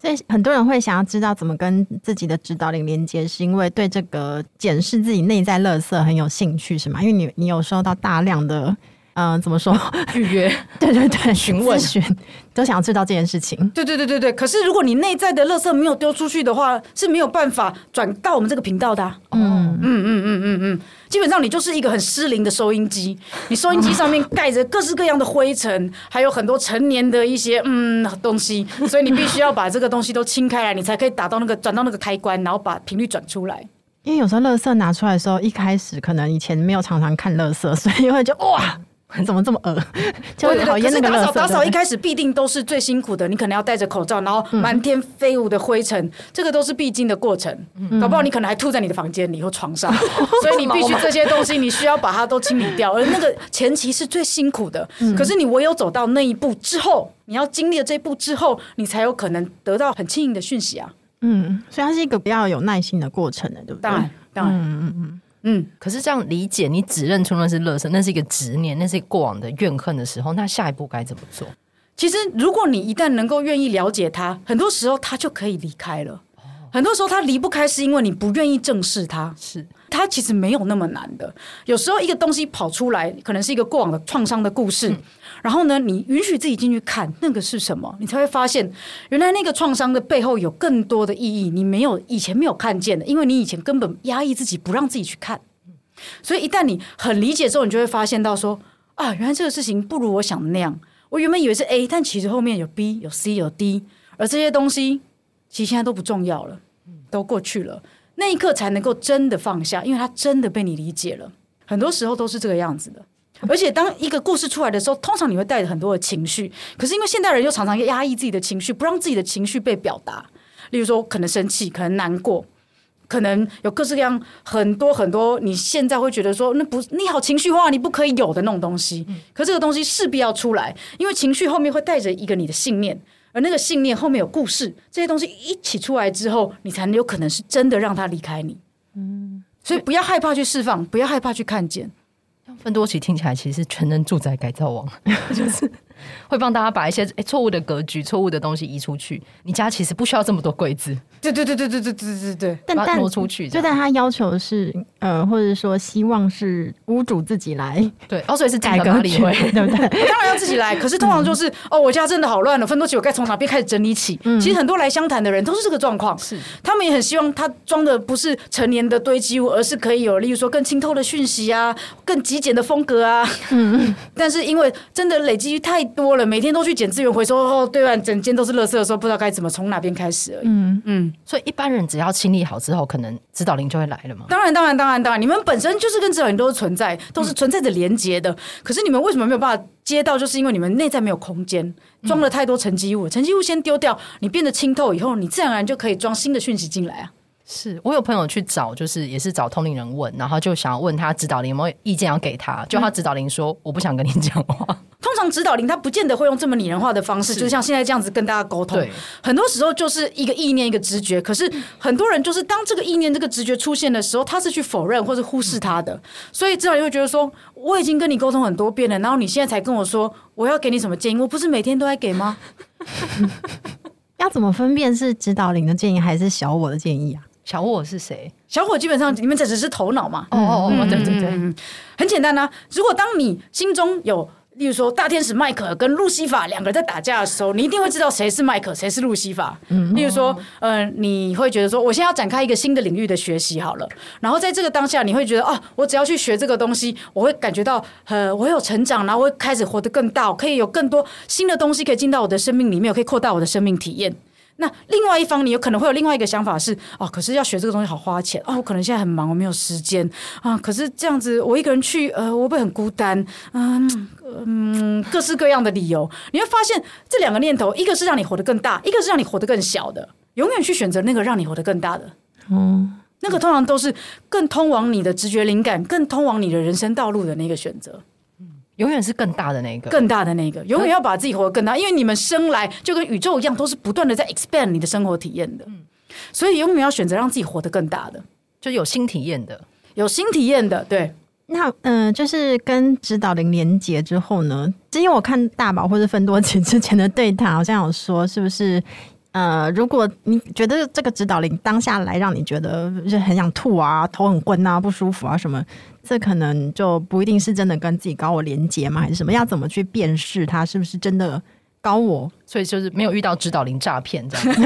[SPEAKER 4] 所以很多人会想要知道怎么跟自己的指导灵连接，是因为对这个检视自己内在垃圾很有兴趣，是吗？因为你你有收到大量的，嗯、怎么说？
[SPEAKER 3] 预 约
[SPEAKER 4] 对对 对，询
[SPEAKER 3] 问
[SPEAKER 4] 询，都想要知道这件事情。
[SPEAKER 5] 对对对对对。可是如果你内在的垃圾没有丢出去的话，是没有办法转到我们这个频道的啊、
[SPEAKER 4] 嗯，
[SPEAKER 5] 基本上你就是一个很失灵的收音机，你收音机上面盖着各式各样的灰尘，还有很多成年的一些嗯东西，所以你必须要把这个东西都清开来，你才可以打到那个转到那个开关，然后把频率转出来。
[SPEAKER 4] 因为有时候垃圾拿出来的时候，一开始可能以前没有常常看垃圾，所以会就哇，怎么这么恶， 就会
[SPEAKER 5] 对对对
[SPEAKER 4] 讨厌那个
[SPEAKER 5] 可
[SPEAKER 4] 垃
[SPEAKER 5] 是打
[SPEAKER 4] 圾。
[SPEAKER 5] 扫打扫
[SPEAKER 4] 对
[SPEAKER 5] 一开始必定都是最辛苦的，你可能要戴着口罩，然后
[SPEAKER 4] 嗯
[SPEAKER 5] 满天飞舞的灰尘，这个都是必经的过程。
[SPEAKER 4] 嗯
[SPEAKER 5] 搞不好你可能还吐在你的房间里或床上， 所以你必须这些东西你需要把它都清理掉，而那个前期是最辛苦的。
[SPEAKER 4] 嗯
[SPEAKER 5] 可是你唯有走到那一步之后，你要经历了这一步之后，你才有可能得到很轻盈的讯息啊！
[SPEAKER 4] 嗯，所以它是一个比较有耐心的过程的，对不对？
[SPEAKER 5] 当然，当然，嗯嗯嗯。
[SPEAKER 3] 可是这样理解，你只认出那是垃圾，那是一个执念，那是一个过往的怨恨的时候，那下一步该怎么做？
[SPEAKER 5] 其实，如果你一旦能够愿意了解他，很多时候他就可以离开了。很多时候他离不开，是因为你不愿意正视他。
[SPEAKER 3] 是
[SPEAKER 5] 他其实没有那么难的。有时候一个东西跑出来，可能是一个过往的创伤的故事，然后呢，你允许自己进去看那个是什么，你才会发现原来那个创伤的背后有更多的意义，你没有以前没有看见的，因为你以前根本压抑自己，不让自己去看。所以一旦你很理解之后，你就会发现到说啊，原来这个事情不如我想的那样。我原本以为是 A，但其实后面有 B、有 C、有 D，而这些东西其实现在都不重要了，都过去了。那一刻才能够真的放下，因为他真的被你理解了。很多时候都是这个样子的。而且当一个故事出来的时候，通常你会带着很多的情绪，可是因为现代人又常常压抑自己的情绪，不让自己的情绪被表达。例如说，可能生气，可能难过，可能有各式各样很多很多，你现在会觉得说，那不你好情绪化，你不可以有的那种东西。可这个东西势必要出来，因为情绪后面会带着一个你的信念，而那个信念后面有故事，这些东西一起出来之后，你才能有可能是真的让他离开你。所以不要害怕去释放，不要害怕去看见。
[SPEAKER 3] 芬多奇听起来其实是全能住宅改造王， 就是会帮大家把一些诶错误的格局、错误的东西移出去。你家其实不需要这么多柜子，
[SPEAKER 5] 对对对对对对对对对。
[SPEAKER 4] 但
[SPEAKER 3] 把它
[SPEAKER 4] 但
[SPEAKER 3] 挪出去这
[SPEAKER 4] 就
[SPEAKER 3] 样
[SPEAKER 4] 但他要求的是，呃，或者说希望是屋主自己来
[SPEAKER 3] 对，哦，所以是
[SPEAKER 4] 改
[SPEAKER 3] 哪
[SPEAKER 4] 革
[SPEAKER 3] 里
[SPEAKER 4] 去，对不对？
[SPEAKER 5] 当然要自己来，可是通常就是、哦，我家真的好乱了，分多起我该从哪边开始整理起？其实很多来湘潭的人都是这个状况，
[SPEAKER 3] 是
[SPEAKER 5] 他们也很希望他装的不是成年的堆积物，而是可以有，例如说更清透的讯息啊，更极简的风格啊。但是因为真的累积太多了，每天都去捡资源回收，哦，对吧？整间都是垃圾的时候，不知道该怎么从哪边开始而已。嗯嗯，
[SPEAKER 3] 所以一般人只要清理好之后，可能指导灵就会来了嘛。
[SPEAKER 5] 当然，当然，当然，当然，你们本身就是跟指导灵都是存在，都是存在着连接的。可是你们为什么没有办法接到？就是因为你们内在没有空间，装了太多沉积物，沉积物先丢掉，你变得清透以后，你自然而然就可以装新的讯息进来啊。
[SPEAKER 3] 是我有朋友去找，就是也是找通灵人问，然后就想要问他指导灵有没有意见要给他，
[SPEAKER 4] 嗯
[SPEAKER 3] 就他指导灵说、我不想跟你讲话，
[SPEAKER 5] 通常指导灵他不见得会用这么拟人化的方式，就像现在这样子跟大家沟通
[SPEAKER 4] 哦
[SPEAKER 3] 对。
[SPEAKER 5] 很多时候就是一个意念，一个直觉。可是很多人就是当这个意念、这个直觉出现的时候，他是去否认或者忽视它的。所以指导灵会觉得说，我已经跟你沟通很多遍了，然后你现在才跟我说我要给你什么建议，我不是每天都在给吗？
[SPEAKER 4] 要怎么分辨是指导灵的建议还是小我的建议啊？
[SPEAKER 3] 小我是谁？
[SPEAKER 5] 小伙基本上你们这
[SPEAKER 4] 嗯
[SPEAKER 5] 只是头脑嘛，
[SPEAKER 3] 哦哦哦哦，对对对，
[SPEAKER 5] 很简单啊。如果当你心中有例如说，大天使迈克跟路西法两个人在打架的时候，你一定会知道谁是迈克，谁是路西法。例如说，呃，你会觉得说，我现在要展开一个新的领域的学习好了，然后在这个当下，你会觉得啊，我只要去学这个东西，我会感觉到呃，我有成长，然后我会开始活得更大，我可以有更多新的东西可以进到我的生命里面，我可以扩大我的生命体验。那另外一方，你有可能会有另外一个想法是，哦，可是要学这个东西好花钱哦，我可能现在很忙，我没有时间啊。可是这样子，我一个人去，呃，我会不会很孤单？嗯嗯，各式各样的理由，你会发现这两个念头，一个是让你活得更大，一个是让你活得更小的。永远去选择那个让你活得更大的，
[SPEAKER 4] 哦，
[SPEAKER 5] 那个通常都是更通往你的直觉灵感，更通往你的人生道路的那个选择。
[SPEAKER 3] 永远是更大的那一个，
[SPEAKER 5] 更大的那个，永远要把自己活得更大，因为你们生来就跟宇宙一样，都是不断的在 expand 你的生活体验的，所以永远要选择让自己活得更大的，
[SPEAKER 3] 就有新体验的。
[SPEAKER 5] 有新体验的，对，
[SPEAKER 4] 那嗯、呃就是跟指导灵连接之后呢，因为我看大宝或者芬多奇之前的对谈，好像有说是不是？呃，如果你觉得这个指导灵当下来让你觉得就是很想吐啊、头很昏啊、不舒服啊什么，这可能就不一定是真的跟自己高我连接嘛，还是什么？要怎么去辨识它是不是真的高我？
[SPEAKER 3] 所以就是没有遇到指导灵诈骗这样子，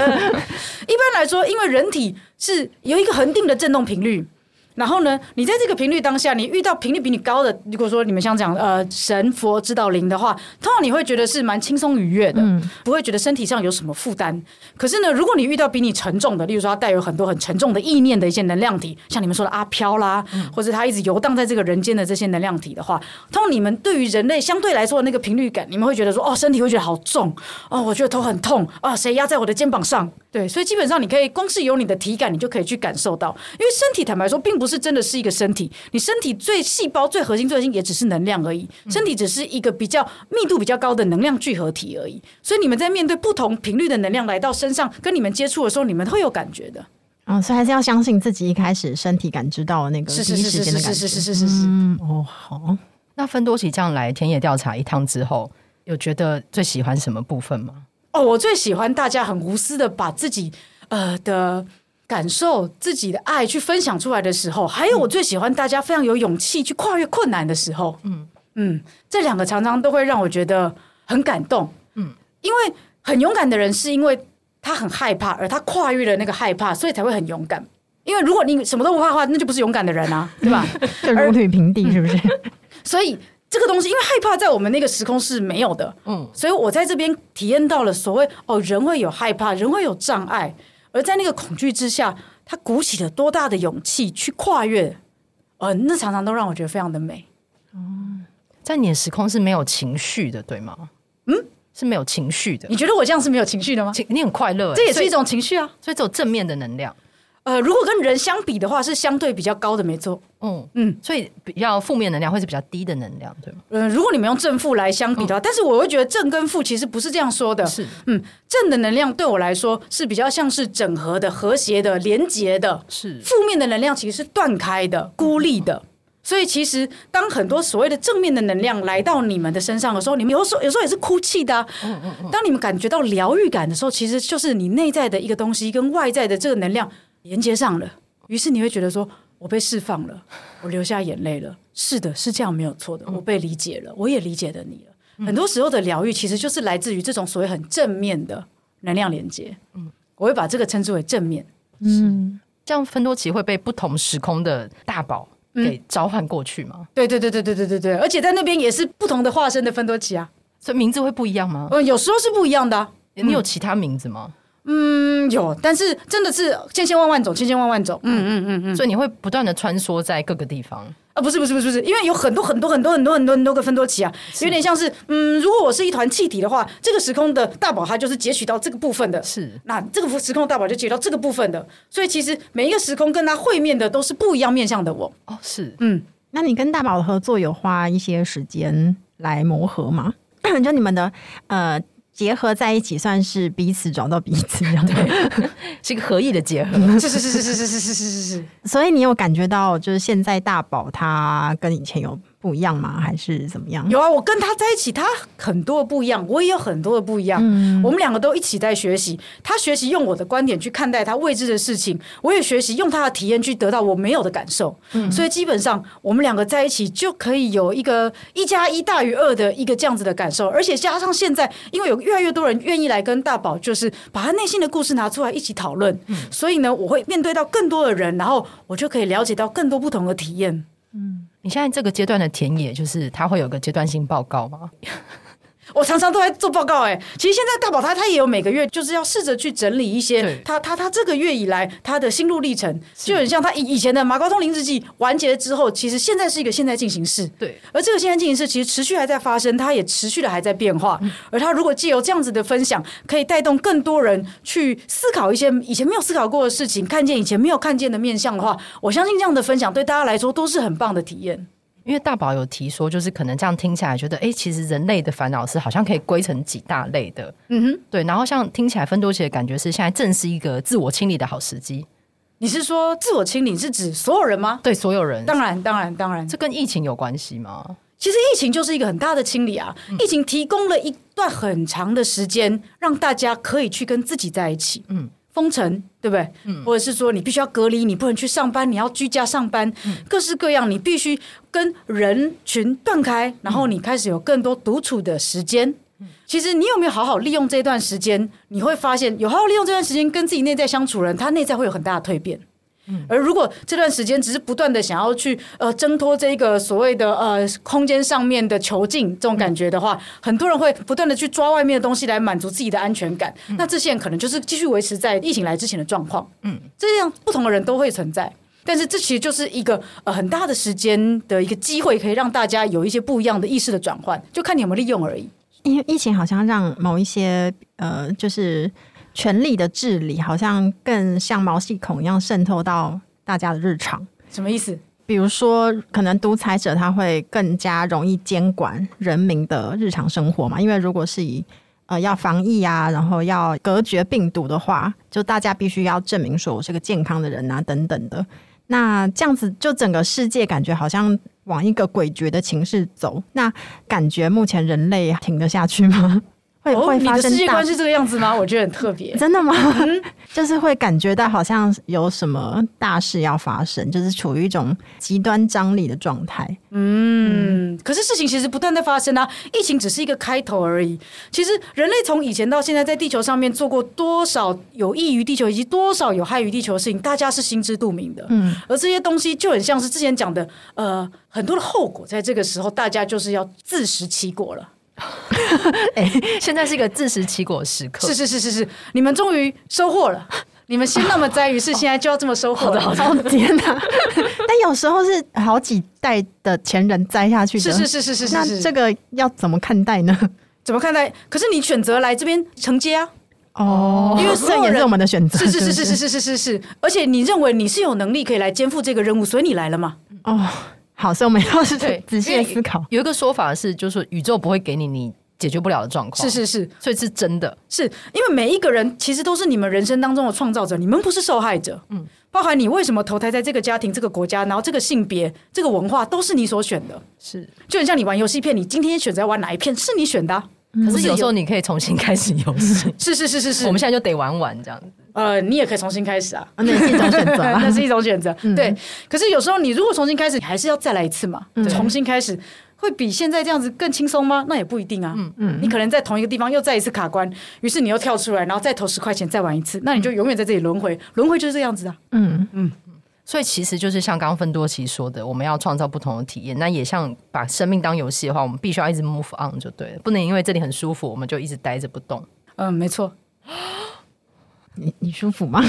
[SPEAKER 5] 一般来说，因为人体是有一个恒定的振动频率。然后呢，你在这个频率当下，你遇到频率比你高的，如果说你们像讲呃神佛指导灵的话，通常你会觉得是蛮轻松愉悦的，不会觉得身体上有什么负担。可是呢，如果你遇到比你沉重的，例如说他带有很多很沉重的意念的一些能量体，像你们说的阿飘啦，或者他一直游荡在这个人间的这些能量体的话，通常你们对于人类相对来说的那个频率感，你们会觉得说哦，身体会觉得好重哦，我觉得头很痛啊、谁压在我的肩膀上？对，所以基本上你可以光是有你的体感，你就可以去感受到，因为身体坦白说，并不是真的是一个身体，你身体最细胞、最核心、最核心也只是能量而已，
[SPEAKER 4] 嗯
[SPEAKER 5] 身体只是一个比较密度比较高的能量聚合体而已。所以你们在面对不同频率的能量来到身上跟你们接触的时候，你们会有感觉的。
[SPEAKER 4] 嗯，所以还是要相信自己一开始身体感知到的那个
[SPEAKER 5] 是
[SPEAKER 4] 第
[SPEAKER 5] 是
[SPEAKER 4] 一
[SPEAKER 5] 是
[SPEAKER 4] 时
[SPEAKER 5] 是
[SPEAKER 4] 间的
[SPEAKER 5] 是
[SPEAKER 4] 感
[SPEAKER 5] 是
[SPEAKER 4] 觉。
[SPEAKER 5] 是是是是。
[SPEAKER 4] 嗯，哦，好，
[SPEAKER 3] 那芬多奇这样来田野调查一趟之后，有觉得最喜欢什么部分吗？
[SPEAKER 5] 哦，我最喜欢大家很无私的把自己呃的感受、自己的爱去分享出来的时候，还有我最喜欢大家非常有勇气去跨越困难的时候。嗯嗯，这两个常常都会让我觉得很感动。嗯，因为很勇敢的人是因为他很害怕，而他跨越了那个害怕，所以才会很勇敢。因为如果你什么都不怕的话，那就不是勇敢的人啊，对 吧？
[SPEAKER 4] 就如履平地，是不是？
[SPEAKER 5] 所以这个东西，因为害怕在我们那个时空是没有的，嗯，所以我在这边体验到了所谓哦，人会有害怕，人会有障碍，而在那个恐惧之下，他鼓起了多大的勇气去跨越，呃，那常常都让我觉得非常的美。
[SPEAKER 3] 在你的时空是没有情绪的，对吗？嗯，是没有情绪的
[SPEAKER 5] 你。觉得我这样是没有情绪的吗？
[SPEAKER 3] 情你很快乐欸，
[SPEAKER 5] 这也是
[SPEAKER 3] 所以
[SPEAKER 5] 一种情绪啊。
[SPEAKER 3] 所以只有正面的能量。
[SPEAKER 5] 呃，如果跟人相比的话，是相对比较高的，没错。
[SPEAKER 3] 嗯
[SPEAKER 5] 嗯
[SPEAKER 3] 嗯，所以比较负面能量会是比较低的能量，对吗？
[SPEAKER 5] 嗯、如果你们用正负来相比的话，但是我会觉得正跟负其实不是这样说的，
[SPEAKER 3] 是
[SPEAKER 5] 嗯，正的能量对我来说是比较像是整合的、和谐的、连结的，
[SPEAKER 3] 是
[SPEAKER 5] 负面的能量其实是断开的、孤立的。所以其实，当很多所谓的正面的能量来到你们的身上的时候，你们有时候有时候也是哭泣的、啊。当你们感觉到疗愈感的时候，其实就是你内在的一个东西跟外在的这个能量连接上了。于是你会觉得说，我被释放了，我流下眼泪了。是的，是这样没有错的，我被理解了，我也理解了你了。很多时候的疗愈其实就是来自于这种所谓很正面的能量连接。嗯，我会把这个称之为正面。
[SPEAKER 4] 嗯，
[SPEAKER 3] 这样分多奇会被不同时空的大宝
[SPEAKER 5] 嗯
[SPEAKER 3] 给召唤过去吗？
[SPEAKER 5] 对对对对对对对对，而且在那边也是不同的化身的芬多奇啊，
[SPEAKER 3] 所以名字会不一样吗？
[SPEAKER 5] 嗯，有时候是不一样的啊、
[SPEAKER 3] 你有其他名字吗？
[SPEAKER 5] 嗯，有，但是真的是千千万万种，千千万万种，嗯嗯嗯嗯，
[SPEAKER 3] 所以你会不断的穿梭在各个地方，
[SPEAKER 5] 啊，不是不是不是不是，因为有很多很多很多很多很多很多个芬多奇啊，有点像是，嗯，如果我是一团气体的话，这个时空的大宝它就是截取到这个部分的，
[SPEAKER 3] 是
[SPEAKER 5] 那这个时空的大宝就截取到这个部分的，所以其实每一个时空跟它会面的都是不一样面向的我，
[SPEAKER 3] 哦，是
[SPEAKER 5] 嗯，
[SPEAKER 4] 那你跟大宝的合作有花一些时间来磨合吗？ 就你们的呃结合在一起，算是彼此找到彼此这样 对。
[SPEAKER 3] 是一个合意的结合。
[SPEAKER 5] 是是是是是是是是是是。
[SPEAKER 4] 所以你有感觉到，就是现在大宝他跟以前有不一样吗？还是怎么样？
[SPEAKER 5] 有啊，我跟他在一起，他很多的不一样，我也有很多的不一样。我们两个都一起在学习，他学习用我的观点去看待他未知的事情，我也学习用他的体验去得到我没有的感受。所以基本上，我们两个在一起就可以有一个一加一大于二的一个这样子的感受，而且加上现在，因为有越来越多人愿意来跟大宝，就是把他内心的故事拿出来一起讨论，所以呢，我会面对到更多的人，然后我就可以了解到更多不同的体验。
[SPEAKER 3] 你现在这个阶段的田野，就是它会有个阶段性报告吗？
[SPEAKER 5] 我常常都在做报告哎、其实现在大宝他他也有每个月就是要试着去整理一些
[SPEAKER 3] 对
[SPEAKER 5] 他他他这个月以来他的心路历程，就很像他以以前的马高通灵日记完结之后，其实现在是一个现在进行式，
[SPEAKER 3] 对，
[SPEAKER 5] 而这个现在进行式其实持续还在发生，它也持续的还在变化。而他如果借由这样子的分享，可以带动更多人去思考一些以前没有思考过的事情，看见以前没有看见的面向的话，我相信这样的分享对大家来说都是很棒的体验。
[SPEAKER 3] 因为大宝有提说，就是可能这样听起来觉得，哎、其实人类的烦恼是好像可以归成几大类的，
[SPEAKER 5] 嗯哼，
[SPEAKER 3] 对。然后像听起来芬多奇的感觉是，现在正是一个自我清理的好时机，
[SPEAKER 5] 你是说自我清理是指所有人吗？
[SPEAKER 3] 对所有人。
[SPEAKER 5] 当然，当然，当然，
[SPEAKER 3] 这跟疫情有关系吗？
[SPEAKER 5] 其实疫情就是一个很大的清理啊，疫情提供了一段很长的时间，让大家可以去跟自己在一起。嗯。封城，对不对？或者是说你必须要隔离，你不能去上班，你要居家上班，各式各样，你必须跟人群断开，然后你开始有更多独处的时间。其实你有没有好好利用这段时间？你会发现，有好好利用这段时间跟自己内在相处的人，他内在会有很大的蜕变。而如果这段时间只是不断的想要去呃挣脱这一个所谓的呃空间上面的囚禁这种感觉的话，
[SPEAKER 4] 嗯
[SPEAKER 5] 很多人会不断的去抓外面的东西来满足自己的安全感。
[SPEAKER 4] 嗯
[SPEAKER 5] 那这些人可能就是继续维持在疫情来之前的状况。嗯，这样不同的人都会存在。但是这其实就是一个呃很大的时间的一个机会，可以让大家有一些不一样的意识的转换，就看你有没有利用而已。
[SPEAKER 4] 因为疫情好像让某一些呃，就是权力的治理，好像更像毛细孔一样渗透到大家的日常。
[SPEAKER 5] 什么意思？
[SPEAKER 4] 比如说，可能独裁者他会更加容易监管人民的日常生活嘛，因为如果是以呃要防疫啊，然后要隔绝病毒的话，就大家必须要证明说我是个健康的人啊，等等的。那这样子，就整个世界感觉好像往一个诡谲的情势走。那感觉目前人类挺得下去吗？会、
[SPEAKER 5] 哦，
[SPEAKER 4] 会
[SPEAKER 5] 你
[SPEAKER 4] 发
[SPEAKER 5] 的
[SPEAKER 4] 生
[SPEAKER 5] 世界
[SPEAKER 4] 大
[SPEAKER 5] 观是这个样子吗？我觉得很特别。
[SPEAKER 4] 真的吗？
[SPEAKER 5] 嗯
[SPEAKER 4] 就是会感觉到好像有什么大事要发生，就是处于一种极端张力的状 态。
[SPEAKER 5] 嗯，可是事情其实不断在发生啊，疫情只是一个开头而已。其实人类从以前到现在，在地球上面做过多少有益于地球以及多少有害于地球的事情，大家是心知肚明的。嗯，而这些东西就很像是之前讲的，呃，很多的后果，在这个时候大家就是要自食其果了。
[SPEAKER 3] 现在是一个自食其果的时刻。
[SPEAKER 5] 是是是是是，你们终于收获了。你们先那么栽于是，现在就要这么收获了。
[SPEAKER 4] 哦天哪！但有时候是好几代的前人栽下去的。
[SPEAKER 5] 是是是是是是
[SPEAKER 4] 那
[SPEAKER 5] 是，
[SPEAKER 4] 这个要怎么看待呢？
[SPEAKER 5] 怎么看待？可是你选择来这边承接啊。
[SPEAKER 4] 哦，
[SPEAKER 5] 因为所
[SPEAKER 4] 这
[SPEAKER 5] 有
[SPEAKER 4] 也是
[SPEAKER 5] 人
[SPEAKER 4] 我们的选择。
[SPEAKER 5] 是是是
[SPEAKER 4] 对
[SPEAKER 5] 是
[SPEAKER 4] 不
[SPEAKER 5] 是
[SPEAKER 4] 对
[SPEAKER 5] 是是是是，而且你认为你是有能力可以来肩负这个任务，所以你来了嘛？
[SPEAKER 4] 哦，好，所以我们要是
[SPEAKER 3] 对
[SPEAKER 4] 仔细
[SPEAKER 3] 因
[SPEAKER 4] 的
[SPEAKER 3] 为
[SPEAKER 4] 思考。
[SPEAKER 3] 有一个说法是，就是宇宙不会给你你解决不了的状况。
[SPEAKER 5] 是，是是
[SPEAKER 3] 所以是真的。
[SPEAKER 5] 是，因为每一个人其实都是你们人生当中的创造者，你们不是受害者。嗯，包含你为什么投胎在这个家庭、这个国家，然后这个性别、这个文化，都是你所选的。
[SPEAKER 3] 是，
[SPEAKER 5] 就很像你玩游戏片，你今天选择玩哪一片是你选的啊、
[SPEAKER 3] 可是有时候你可以重新开始游戏。
[SPEAKER 5] 是是是是是，
[SPEAKER 3] 我们现在就得玩玩这样子。
[SPEAKER 5] 呃，你也可以重新开始啊。
[SPEAKER 4] 那也是一种选择啊
[SPEAKER 5] 那。是一种选择。对，可是有时候你如果重新开始，你还是要再来一次嘛，重新开始。会比现在这样子更轻松吗？那也不一定啊。嗯嗯，你可能在同一个地方又再一次卡关，于是你又跳出来，然后再投十块钱再玩一次，那你就永远在这里轮回，轮回就是这样子啊。
[SPEAKER 4] 嗯，
[SPEAKER 3] 所以其实就是像刚刚芬多奇说的，我们要创造不同的体验。那也像把生命当游戏的话，我们必须要一直 move on 就对了，不能因为这里很舒服，我们就一直待着不动。
[SPEAKER 5] 嗯，没错。
[SPEAKER 4] 你你舒服吗？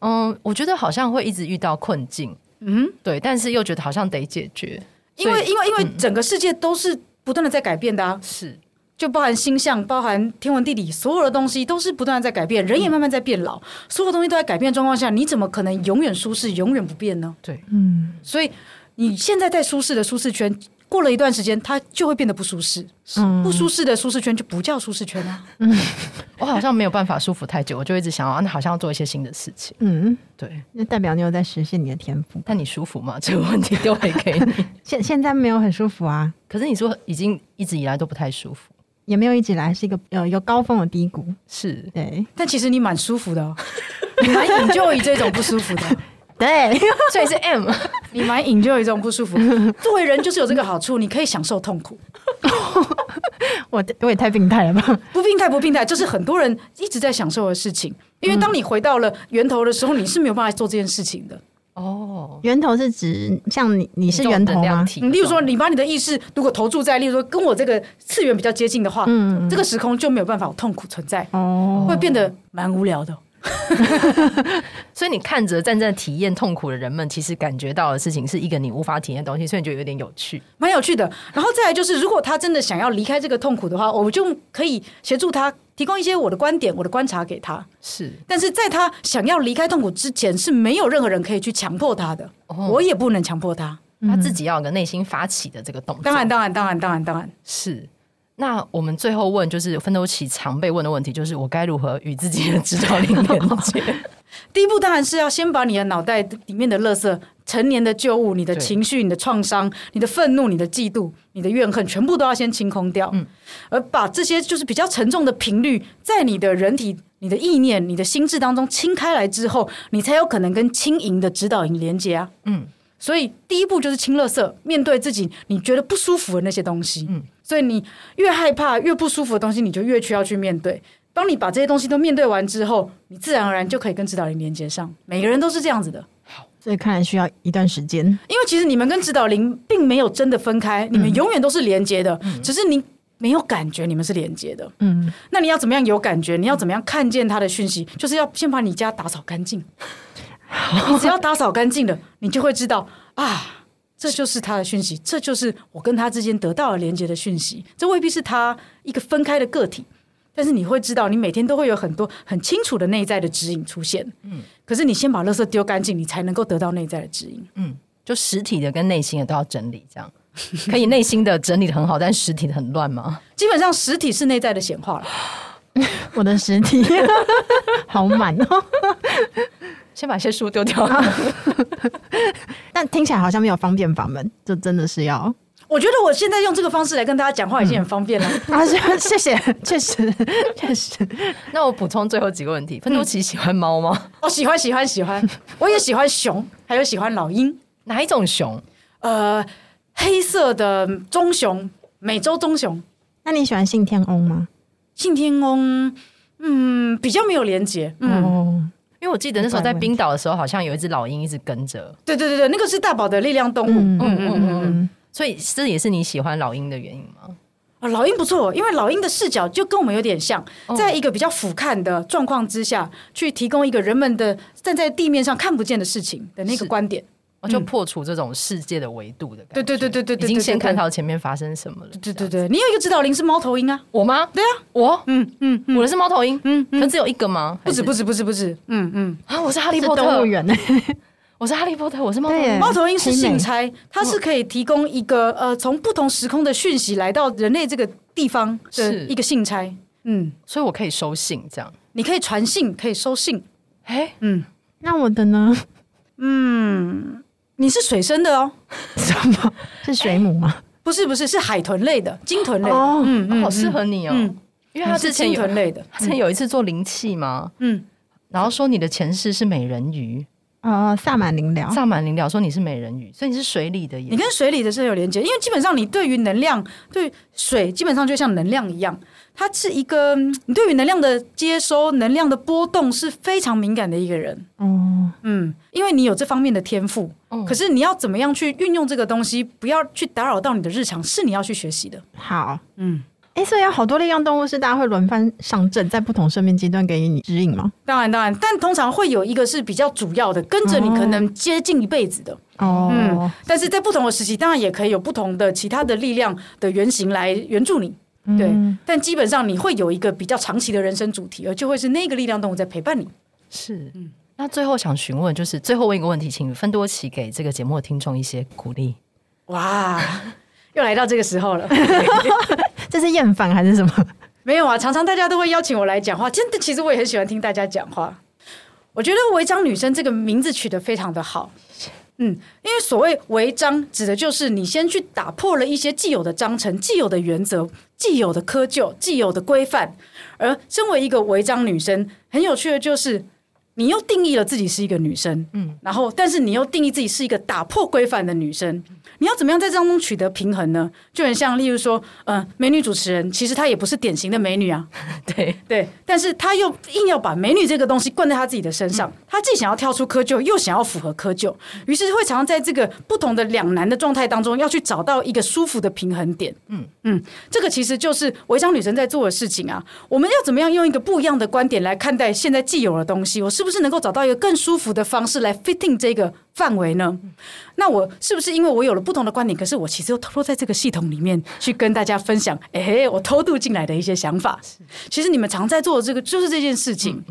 [SPEAKER 3] 嗯，我觉得好像会一直遇到困境，嗯，对，但是又觉得好像得解决，
[SPEAKER 5] 因为
[SPEAKER 3] 所以
[SPEAKER 5] 因为因为整个世界都是不断的在改变的啊，
[SPEAKER 3] 是
[SPEAKER 5] 就包含星象、包含天文地理，所有的东西都是不断的在改变，人也慢慢在变老，所有东西都在改变的状况下，你怎么可能永远舒适、永远不变呢？
[SPEAKER 3] 对，
[SPEAKER 5] 所以你现在在舒适的舒适圈，过了一段时间，它就会变得不舒适。不舒适的舒适圈就不叫舒适圈啊。
[SPEAKER 3] 我好像没有办法舒服太久，我就一直想要，啊那好像要做一些新的事情。
[SPEAKER 4] 嗯，
[SPEAKER 3] 对，
[SPEAKER 4] 那代表你有在实现你的天赋。
[SPEAKER 3] 但你舒服吗？ 这个问题丢回给你。
[SPEAKER 4] 现现在没有很舒服啊，
[SPEAKER 3] 可是你说已经一直以来都不太舒服，
[SPEAKER 4] 也没有一直以来是一个呃有高峰有低谷。
[SPEAKER 3] 是
[SPEAKER 4] 对
[SPEAKER 5] 但其实你蛮舒服的、哦，你蛮 enjoy 这种不舒服的，
[SPEAKER 4] 对，
[SPEAKER 3] 所以是 M。
[SPEAKER 5] 你蛮 enjoy 这种不舒服。作为人就是有这个好处，你可以享受痛苦，
[SPEAKER 4] 我我也太病态了吧？
[SPEAKER 5] 不病态不病态，这是很多人一直在享受的事情。因为当你回到了源头的时候，你是没有办法做这件事情的。
[SPEAKER 3] 哦，
[SPEAKER 4] 源头是指像你你
[SPEAKER 3] 你
[SPEAKER 4] 是源头吗？
[SPEAKER 5] 嗯例如说，你把你的意识如果投注在，例如说跟我这个次元比较接近的话，
[SPEAKER 4] 嗯
[SPEAKER 5] 这个时空就没有办法有痛苦存在，
[SPEAKER 4] 哦，
[SPEAKER 5] 会变得蛮无聊的。
[SPEAKER 3] 所以你看着站在体验痛苦的人们，其实感觉到的事情是一个你无法体验的东西，所以你觉得有点有趣。
[SPEAKER 5] 蛮有趣的。然后再来就是，如果他真的想要离开这个痛苦的话，我就可以协助他提供一些我的观点、我的观察给他。
[SPEAKER 3] 是
[SPEAKER 5] 但是在他想要离开痛苦之前，是没有任何人可以去强迫他的，我也不能强迫他。
[SPEAKER 3] 他自己要有个内心发起的这个动作。
[SPEAKER 5] 当然，当然，当然，当然，当然，
[SPEAKER 3] 是。那我们最后问，就是奋斗期常被问的问题，就是我该如何与自己的指导灵连接？
[SPEAKER 5] 第一步当然是要先把你的脑袋里面的垃圾、成年的旧物、你的
[SPEAKER 3] 对
[SPEAKER 5] 情绪、你的创伤、你的愤怒、你的嫉妒、你的怨恨，全部都要先清空掉，
[SPEAKER 3] 嗯
[SPEAKER 5] 而把这些就是比较沉重的频率，在你的人体、你的意念、你的心智当中清开来之后，你才有可能跟轻盈的指导营连接啊。
[SPEAKER 3] 嗯，
[SPEAKER 5] 所以第一步就是清垃圾，面对自己你觉得不舒服的那些东西。嗯，所以你越害怕、越不舒服的东西，你就越需要去面对。当你把这些东西都面对完之后，你自然而然就可以跟指导灵连接上。每个人都是这样子的，
[SPEAKER 4] 所以看来需要一段时间。
[SPEAKER 5] 因为其实你们跟指导灵并没有真的分开，你们永远都是连接的，只是你没有感觉你们是连接的。
[SPEAKER 4] 嗯，
[SPEAKER 5] 那你要怎么样有感觉？你要怎么样看见他的讯息？就是要先把你家打扫干净。你只要打扫干净了，你就会知道啊，这就是他的讯息，这就是我跟他之间得到了连接的讯息。这未必是他一个分开的个体，但是你会知道，你每天都会有很多很清楚的内在的指引出现。嗯，可是你先把垃圾丢干净，你才能够得到内在的指引。
[SPEAKER 3] 就实体的跟内心的都要整理， 这样可以内心的整理的很好，但实体的很乱吗？
[SPEAKER 5] 基本上，实体是内在的显化了。
[SPEAKER 4] 我的实体 好满哦，
[SPEAKER 3] 先把一些书丢掉。
[SPEAKER 4] 但听起来好像没有方便法门，就真的 是要
[SPEAKER 5] 我觉得我现在用这个方式来跟大家讲话已经很方便 了。
[SPEAKER 4] 啊，是谢谢，确实 确实，
[SPEAKER 3] 那我补充最后几个问题：奋斗奇喜欢猫吗？
[SPEAKER 5] 哦，喜欢喜欢喜欢，我也喜欢熊，还有喜欢老鹰，
[SPEAKER 3] 哪一种熊？
[SPEAKER 5] 呃，黑色的棕熊，美洲棕熊，
[SPEAKER 4] 那你喜欢信天翁吗？
[SPEAKER 5] 信天翁，嗯，比较没有连结，嗯，
[SPEAKER 4] 哦，
[SPEAKER 3] 因为我记得那时候在冰岛的时候，好像有一只老鹰一直跟着，
[SPEAKER 5] 对对对对，那个是大宝的力量动物，
[SPEAKER 4] 嗯
[SPEAKER 5] 嗯嗯嗯嗯。
[SPEAKER 3] 所以这也是你喜欢老鹰的原因吗？
[SPEAKER 5] 啊，老鹰不错，因为老鹰的视角就跟我们有点像，
[SPEAKER 3] 哦
[SPEAKER 5] 在一个比较俯瞰的状况之下，去提供一个人们的站在地面上看不见的事情的那
[SPEAKER 3] 是
[SPEAKER 5] 个观点。
[SPEAKER 3] 我哦就破除这种世界的维度的感觉。
[SPEAKER 5] 嗯对对对对对对对
[SPEAKER 3] 已经先
[SPEAKER 5] 对对
[SPEAKER 3] 看到前面发生什么了。
[SPEAKER 5] 对对对，你有一个指导灵是猫头鹰啊，
[SPEAKER 3] 我吗？
[SPEAKER 5] 对啊，
[SPEAKER 3] 我，
[SPEAKER 5] 嗯嗯嗯，
[SPEAKER 3] 我的是猫头鹰，
[SPEAKER 5] 嗯嗯
[SPEAKER 3] 可只有一个吗？
[SPEAKER 5] 不止不
[SPEAKER 3] 止
[SPEAKER 5] 止不止不止，嗯嗯。
[SPEAKER 3] 啊！我是哈利
[SPEAKER 4] 是
[SPEAKER 3] 波
[SPEAKER 4] 动
[SPEAKER 3] 特
[SPEAKER 4] 物，园，
[SPEAKER 3] 我是哈利波特，我是猫头
[SPEAKER 4] 对耶
[SPEAKER 3] 鹰。
[SPEAKER 5] 猫头鹰是
[SPEAKER 4] 黑
[SPEAKER 5] 信
[SPEAKER 4] 妹
[SPEAKER 5] 差，它是可以提供一个呃从不同时空的讯息来到人类这个地方的
[SPEAKER 3] 是
[SPEAKER 5] 一个信差。嗯，
[SPEAKER 3] 所以我可以收信这样。
[SPEAKER 5] 你可以传信，可以收信。
[SPEAKER 3] 哎，
[SPEAKER 5] 嗯
[SPEAKER 4] 那我的呢？
[SPEAKER 5] 嗯，你是水生的哦，
[SPEAKER 4] 什么？是水母吗？
[SPEAKER 5] 不是不是是海豚类的，鲸豚类。
[SPEAKER 4] 哦
[SPEAKER 5] 嗯
[SPEAKER 3] 好适合你哦
[SPEAKER 5] 嗯，
[SPEAKER 3] 因为他之
[SPEAKER 5] 是
[SPEAKER 3] 前
[SPEAKER 5] 鲸
[SPEAKER 3] 有
[SPEAKER 5] 豚类的。
[SPEAKER 3] 他之前有一次做灵气嘛，
[SPEAKER 5] 嗯，
[SPEAKER 3] 然后说你的前世是美人鱼，
[SPEAKER 4] 哦，萨满灵疗，
[SPEAKER 3] 哎萨满灵鸟说你是美人鱼，所以你是水里的
[SPEAKER 5] 你
[SPEAKER 3] 耶。
[SPEAKER 5] 跟水里的是有连接，因为基本上你对于能量，对水基本上就像能量一样，它是一个嗯你对于能量的接收、能量的波动是非常敏感的一个人。
[SPEAKER 4] 哦，
[SPEAKER 5] 嗯，因为你有这方面的天赋，可是你要怎么样去运用这个东西，不要去打扰到你的日常，是你要去学习的。
[SPEAKER 4] 好。
[SPEAKER 5] 嗯，
[SPEAKER 4] 哎、所以有好多力量动物是大家会轮番上阵，在不同生命阶段给予你指引吗？
[SPEAKER 5] 当然，当然，但通常会有一个是比较主要的，跟着你可能接近一辈子的。
[SPEAKER 4] 哦，
[SPEAKER 5] 嗯，但是在不同的时期，当然也可以有不同的其他的力量的原型来援助你。对，但基本上你会有一个比较长期的人生主题，而就会是那个力量动物在陪伴你。
[SPEAKER 3] 是，
[SPEAKER 5] 嗯
[SPEAKER 3] 那最后想询问，就是最后问一个问题，请芬多奇给这个节目的听众一些鼓励。
[SPEAKER 5] 哇， 又来到这个时候了。
[SPEAKER 4] 这是厌烦还是什么？
[SPEAKER 5] 没有啊，常常大家都会邀请我来讲话。真的，其实我也很喜欢听大家讲话。我觉得“违章女生”这个名字取得非常的好。嗯，因为所谓违章，指的就是你先去打破了一些既有的章程、既有的原则、既有的窠臼、既有的规范。而身为一个违章女生，很有趣的就是，你又定义了自己是一个女生，嗯，然后但是你又定义自己是一个打破规范的女生，你要怎么样在当中取得平衡呢？就很像，例如说，呃，美女主持人，其实她也不是典型的美女啊，
[SPEAKER 3] 对，
[SPEAKER 5] 对，但是她又硬要把美女这个东西灌在她自己的身上，她既想要跳出窠臼，又想要符合窠臼，于是会常常在这个不同的两难的状态当中，要去找到一个舒服的平衡点。嗯嗯，这个其实就是违章女神在做的事情啊。我们要怎么样用一个不一样的观点来看待现在既有的东西？我是不是能够找到一个更舒服的方式来 fitting 这个范围呢？那我是不是因为我有了不同的观点，可是我其实又偷偷在这个系统里面去跟大家分享，哎、我偷渡进来的一些想法。其实你们常在做的这个就是这件事情。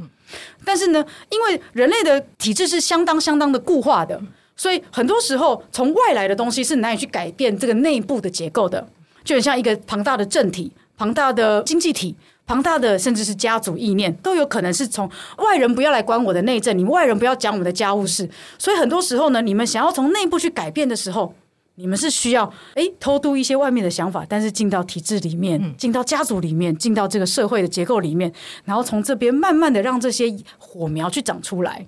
[SPEAKER 5] 但是呢，因为人类的体制是相当相当的固化的，所以很多时候从外来的东西是难以去改变这个内部的结构的，就很像一个庞大的政体、庞大的经济体。庞大的甚至是家族意念都有可能是从外人不要来管我的内政，你们外人不要讲我们的家务事。所以很多时候呢，你们想要从内部去改变的时候，你们是需要诶偷渡一些外面的想法，但是进到体制里面，进到家族里面，进到这个社会的结构里面，然后从这边慢慢的让这些火苗去长出来。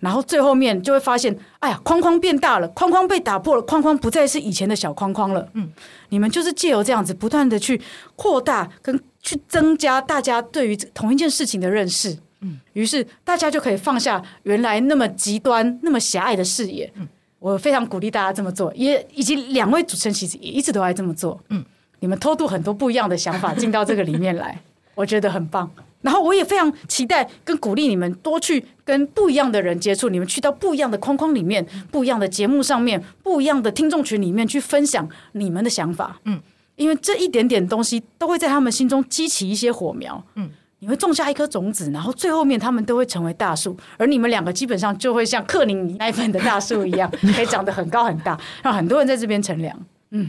[SPEAKER 5] 然后最后面就会发现，哎呀，框框变大了，框框被打破了，框框不再是以前的小框框了。嗯，你们就是借由这样子不断的去扩大跟去增加大家对于同一件事情的认识。嗯，于是大家就可以放下原来那么极端、那么狭隘的视野。嗯，我非常鼓励大家这么做，也以及两位主持人其实也一直都在这么做。嗯，你们偷渡很多不一样的想法进到这个里面 来，我觉得很棒。然后我也非常期待跟鼓励你们多去跟不一样的人接触，你们去到不一样的框框里面、不一样的节目上面、不一样的听众群里面去分享你们的想法。嗯，因为这一点点东西都会在他们心中激起一些火苗。嗯。你会种下一颗种子，然后最后面他们都会成为大树，而你们两个基本上就会像克林奶粉的大树一 样，可以长得很高很大，让很多人在这边乘凉。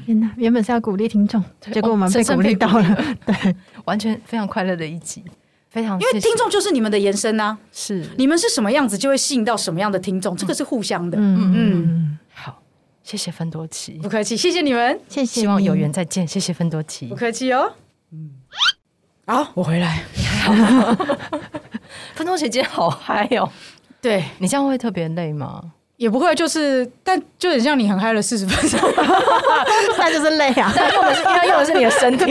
[SPEAKER 4] 天哪！原本是要鼓励听众，结果我们
[SPEAKER 3] 哦深
[SPEAKER 4] 被
[SPEAKER 3] 深
[SPEAKER 4] 鼓励
[SPEAKER 3] 被
[SPEAKER 4] 到
[SPEAKER 3] 鼓励
[SPEAKER 4] 了。 对，
[SPEAKER 3] 完全非常快乐的一集，非常
[SPEAKER 5] 因为
[SPEAKER 3] 谢谢
[SPEAKER 5] 听众就是你们的延伸呐、
[SPEAKER 3] 是
[SPEAKER 5] 你们是什么样子，就会吸引到什么样的听众，这个是互相的。
[SPEAKER 4] 嗯
[SPEAKER 5] 嗯，
[SPEAKER 3] 好，谢谢芬多奇
[SPEAKER 5] 不，客气，谢谢你们，
[SPEAKER 4] 谢谢你。
[SPEAKER 3] 希望 有缘再见，谢谢芬多奇
[SPEAKER 5] 不。客气哦。嗯，好，我回来。
[SPEAKER 3] 芬多奇今天好嗨哦，
[SPEAKER 5] 对，
[SPEAKER 3] 你这样会特别累吗？
[SPEAKER 5] 也不会，就是，但就很像你很嗨了四十分钟。
[SPEAKER 4] 那就是累啊！
[SPEAKER 3] 但用的是，他用的是你的身体，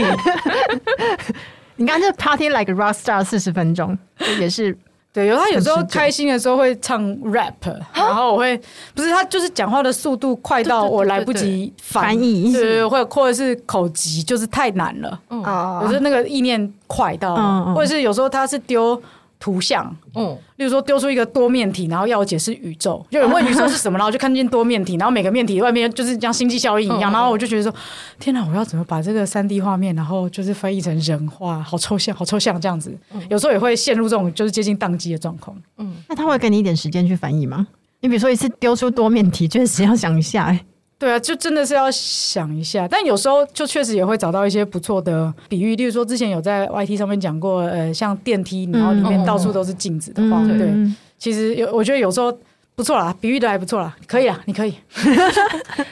[SPEAKER 4] 你刚刚这 party like a rock star 四十分钟，这也是
[SPEAKER 5] 对，有他有时候
[SPEAKER 4] 很持久
[SPEAKER 5] 开心的时候会唱 rap，然后我会不是他就是讲话的速度快
[SPEAKER 3] 啊
[SPEAKER 5] 到
[SPEAKER 3] 对对对
[SPEAKER 5] 我来不及
[SPEAKER 4] 翻译
[SPEAKER 3] 嗯
[SPEAKER 5] 对对，对或者或者是口急，就是太难了。
[SPEAKER 4] 啊
[SPEAKER 5] 有时候那个意念快到，
[SPEAKER 4] 嗯嗯
[SPEAKER 5] 或者是有时候他是丢图像，
[SPEAKER 3] 嗯，
[SPEAKER 5] 例如说丢出一个多面体，然后要我解释宇宙，就有人问宇宙是什么，然后就看见多面体，然后每个面体外面就是像星际效应一样，
[SPEAKER 3] 嗯嗯
[SPEAKER 5] 然后我就觉得说，天哪，我要怎么把这个三 D 画面，然后就是翻译成人话，好抽象，好抽象这样子，
[SPEAKER 3] 嗯
[SPEAKER 5] 有时候也会陷入这种就是接近宕机的状况。
[SPEAKER 4] 那他会给你一点时间去翻译吗？你比如说一次丢出多面体，确实要想一下、欸。
[SPEAKER 5] 对啊，就真的是要想一下，但有时候就确实也会找到一些不错的比喻，例如说之前有在 YT 上面讲过，呃，像电梯，然后里面
[SPEAKER 3] 嗯
[SPEAKER 5] 到处都是镜子的话，
[SPEAKER 4] 嗯
[SPEAKER 5] 对，其实有我觉得有时候不错啦，比喻的还不错啦，可以
[SPEAKER 3] 嗯
[SPEAKER 5] 啦，你可以，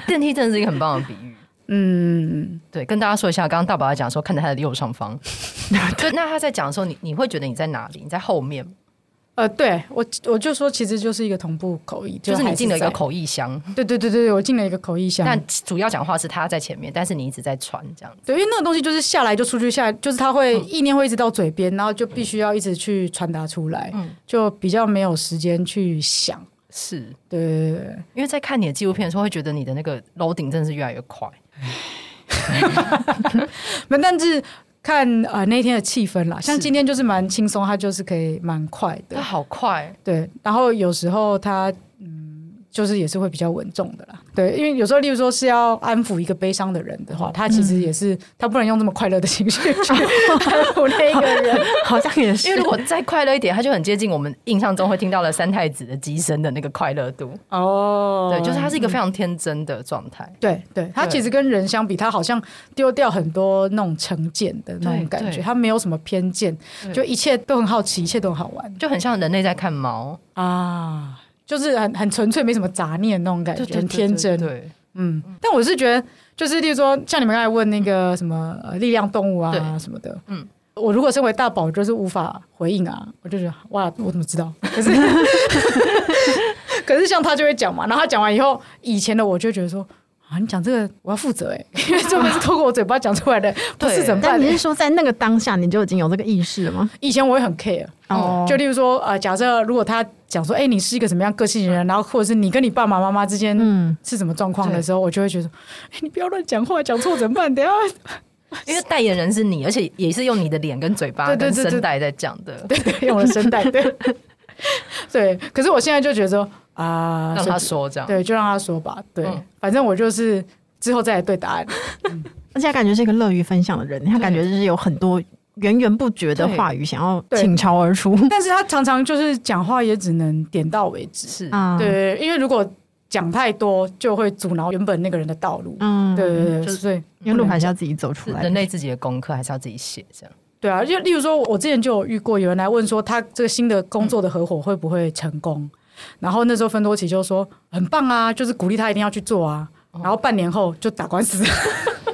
[SPEAKER 3] 电梯真的是一个很棒的比喻。
[SPEAKER 5] 嗯，
[SPEAKER 3] 对，跟大家说一下，刚刚大宝在讲说，看着他的右上 方，对，那他在讲的时候，你你会觉得你在哪里？你在后面吗，
[SPEAKER 5] 呃，对我我就说，其实就是一个同步口译，
[SPEAKER 3] 就是
[SPEAKER 5] 还
[SPEAKER 3] 你进了一个
[SPEAKER 5] 在，
[SPEAKER 3] 口译箱，
[SPEAKER 5] 对对对对对，我进了一个口译箱，
[SPEAKER 3] 但主要讲话是他在前面，但是你一直在传这样子。
[SPEAKER 5] 对，因为那个东西就是下来就出去，下来就是它会
[SPEAKER 3] 嗯
[SPEAKER 5] 意念会一直到嘴边，然后就必须要一直去传达出来，
[SPEAKER 3] 嗯
[SPEAKER 5] 就比较没有时间去想，
[SPEAKER 3] 是
[SPEAKER 5] 对对对对。
[SPEAKER 3] 因为在看你的纪录片的时候，会觉得你的那个楼顶真的是越来越快。
[SPEAKER 5] 那但是看呃那天的气氛啦，像
[SPEAKER 3] 是啊
[SPEAKER 5] 今天就是蛮轻松，它就是可以蛮快的
[SPEAKER 3] 它，好快，
[SPEAKER 5] 对。然后有时候它嗯就是也是会比较稳重的啦。对，因为有时候，例如说是要安抚一个悲伤的人的话，他其
[SPEAKER 3] 嗯
[SPEAKER 5] 实也是、他不能用这么快乐的情 绪去安抚那一个人。
[SPEAKER 4] 好像也是，
[SPEAKER 3] 因为如果再快乐一点，它就很接近我们印象中会听到的三太子的机身的那个快乐度。
[SPEAKER 5] 哦
[SPEAKER 3] 对，就是它是一个非常天真的状态。
[SPEAKER 5] 对对，他
[SPEAKER 3] 对
[SPEAKER 5] 其实跟人相比，他好像丢掉很多那种成见的那种
[SPEAKER 3] 对
[SPEAKER 5] 感觉，
[SPEAKER 3] 对
[SPEAKER 5] 他没有什么偏见，
[SPEAKER 3] 对
[SPEAKER 5] 就一切都很好奇，一切都很好玩
[SPEAKER 3] 就很像人类在看猫，
[SPEAKER 5] 啊，就是很很纯粹，没什么杂念那种感觉，很天真。
[SPEAKER 3] 对
[SPEAKER 5] 嗯，但我是觉得，就是例如说，像你们刚才问那个什么呃力量动物啊
[SPEAKER 3] 对
[SPEAKER 5] 什么的，嗯
[SPEAKER 3] 嗯，
[SPEAKER 5] 我如果身为大宝，就是无法回应啊，我就觉得哇，我怎么知道？ 可是，可是像他就会讲嘛，然后他讲完以后，以前的我就觉得说。啊，你讲这个我要负责哎、因为这 不是透过我嘴巴讲出来的，不是
[SPEAKER 3] 对
[SPEAKER 5] 怎么
[SPEAKER 4] 但
[SPEAKER 5] 办、
[SPEAKER 4] 你是说在那个当下你就已经有这个意识了吗？
[SPEAKER 5] 以前我会很 care，
[SPEAKER 4] 哦
[SPEAKER 5] 就例如说，呃，假设如果他讲说，哎、你是一个什么样个性的人，然后或者是你跟你爸爸妈妈之间
[SPEAKER 4] 嗯
[SPEAKER 5] 是什么状况的
[SPEAKER 3] 对
[SPEAKER 5] 时候，我就会觉得，哎、你不要乱讲话，讲错怎么办？等一下，
[SPEAKER 3] 对，因为代言人是你，而且也是用你的脸跟嘴巴
[SPEAKER 5] 对对
[SPEAKER 3] 跟
[SPEAKER 5] 对对
[SPEAKER 3] 声带在讲的，
[SPEAKER 5] 对对，用了声带， 对对。可是我现在就觉得说，啊、
[SPEAKER 3] 让他
[SPEAKER 5] 随
[SPEAKER 3] 说这样。
[SPEAKER 5] 对，就让他说吧，对，
[SPEAKER 3] 嗯
[SPEAKER 5] 反正我就是之后再来对答案。
[SPEAKER 4] 而且他感觉是一个乐于分享的人，他感觉就是有很多源源不绝的
[SPEAKER 3] 对
[SPEAKER 4] 话语想要
[SPEAKER 5] 对
[SPEAKER 4] 倾巢而出
[SPEAKER 5] 但是他常常就是讲话也只能点到为止，
[SPEAKER 3] 是，
[SPEAKER 4] 啊，，
[SPEAKER 5] 对，因为如果讲太多，就会阻挠原本那个人的道路。
[SPEAKER 4] 嗯，
[SPEAKER 5] 对，对对，
[SPEAKER 3] 就是
[SPEAKER 5] 所以
[SPEAKER 4] 因为路还是要自己走出
[SPEAKER 3] 是
[SPEAKER 4] 来的
[SPEAKER 3] 人。类自己的功课还是要自己写这样。
[SPEAKER 5] 对啊，就例如说，我之前就有遇过有人来问说，他这个新的工作的合伙会不会成功？然后那时候芬多奇就说很棒啊，就是鼓励他一定要去做啊。然后半年后就打官司，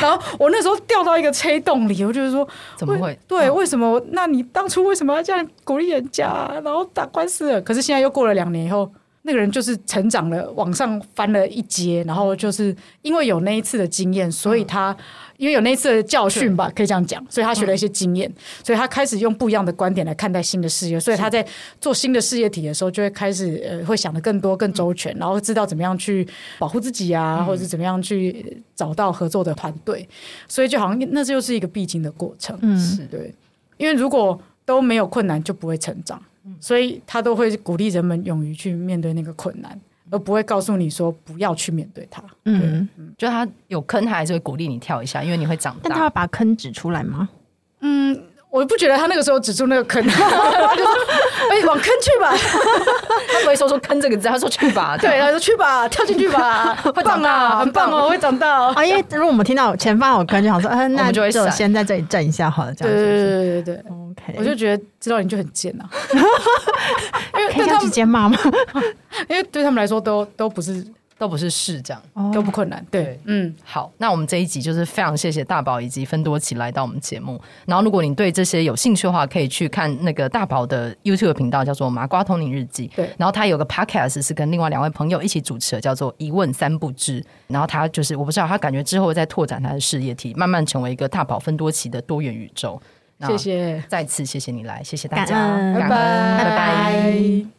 [SPEAKER 5] 然后我那时候掉到一个黑洞里，我就是说
[SPEAKER 3] 怎么会
[SPEAKER 5] 为对，为什么？那你当初为什么要这样鼓励人家啊、然后打官司了？可是现在又过了两年以后，那个人就是成长了，往上翻了一阶，然后就是因为有那一次的经验，所以他、因为有那一次的教训吧，可以这样讲，所以他学了一些经验，所以他开始用不一样的观点来看待新的事业，所以他在做新的事业体的时候，就会开始呃会想的更多、更周全，然后知道怎么样去保护自己啊，或者是怎么样去呃找到合作的团队，所以就好像那这就是一个必经的过程，
[SPEAKER 4] 嗯，
[SPEAKER 5] 对，因为如果都没有困难，就不会成长，所以他都会鼓励人们勇于去面对那个困难，而不会告诉你说不要去面对它。
[SPEAKER 4] 嗯，
[SPEAKER 3] 就他有坑，他还是会鼓励你跳一下，因为你会长
[SPEAKER 4] 但他会
[SPEAKER 3] 大。
[SPEAKER 4] 把坑指出来吗？
[SPEAKER 5] 我不觉得他那个时候指出那个坑，他就说：“ 哎、往坑去吧。”
[SPEAKER 3] 他不会说出“坑”这个字， 他说去吧。
[SPEAKER 5] 对，他说去吧，跳进去吧， 会
[SPEAKER 3] 长
[SPEAKER 5] 棒
[SPEAKER 3] 大
[SPEAKER 5] 啊，很棒哦，会长大哦。
[SPEAKER 4] 啊，因为如果我们听到前方有坑，就想说，嗯、
[SPEAKER 3] 我
[SPEAKER 4] 那
[SPEAKER 3] 们就会闪
[SPEAKER 4] 先在这里站一下好了，这
[SPEAKER 5] 对
[SPEAKER 4] 样
[SPEAKER 5] 对
[SPEAKER 4] 子。
[SPEAKER 5] 对对对对，
[SPEAKER 4] OK，
[SPEAKER 5] 我就觉得知道你就很贱 啊，因
[SPEAKER 4] 可
[SPEAKER 5] 为
[SPEAKER 4] 以这
[SPEAKER 5] 对他
[SPEAKER 4] 样直
[SPEAKER 5] 们，
[SPEAKER 4] 接骂吗？
[SPEAKER 5] 因为对他们来说都都不是
[SPEAKER 3] 都不是事这样。
[SPEAKER 5] 都不困难。对
[SPEAKER 3] 对，
[SPEAKER 5] 嗯，
[SPEAKER 3] 好，那我们这一集就是非常谢谢大宝以及芬多奇来到我们节目。然后，如果你对这些有兴趣的话，可以去看那个大宝的 YouTube 频道，叫做《麻瓜通灵日记》。
[SPEAKER 5] 对
[SPEAKER 3] 然后他有个 Podcast 是跟另外两位朋友一起主持的，叫做《一问三不知》。然后他就是我不知道，他感觉之后会再拓展他的事业体，慢慢成为一个大宝芬多奇的多元宇宙。
[SPEAKER 5] 谢。谢，
[SPEAKER 3] 再次谢谢你来，谢谢大家，
[SPEAKER 4] 感恩
[SPEAKER 5] 拜
[SPEAKER 3] 感
[SPEAKER 5] 拜，
[SPEAKER 3] 恩拜拜。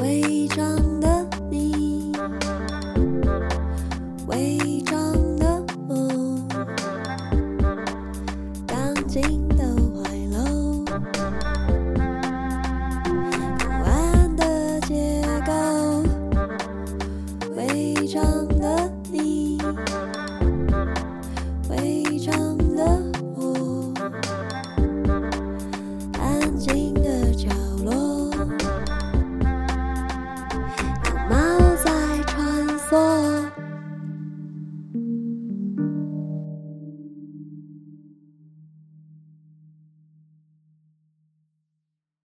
[SPEAKER 2] 伪装的你，伪装的我，钢筋的怀楼，不安的结构，伪装的你，伪装的我，安静的角落。猫在穿梭。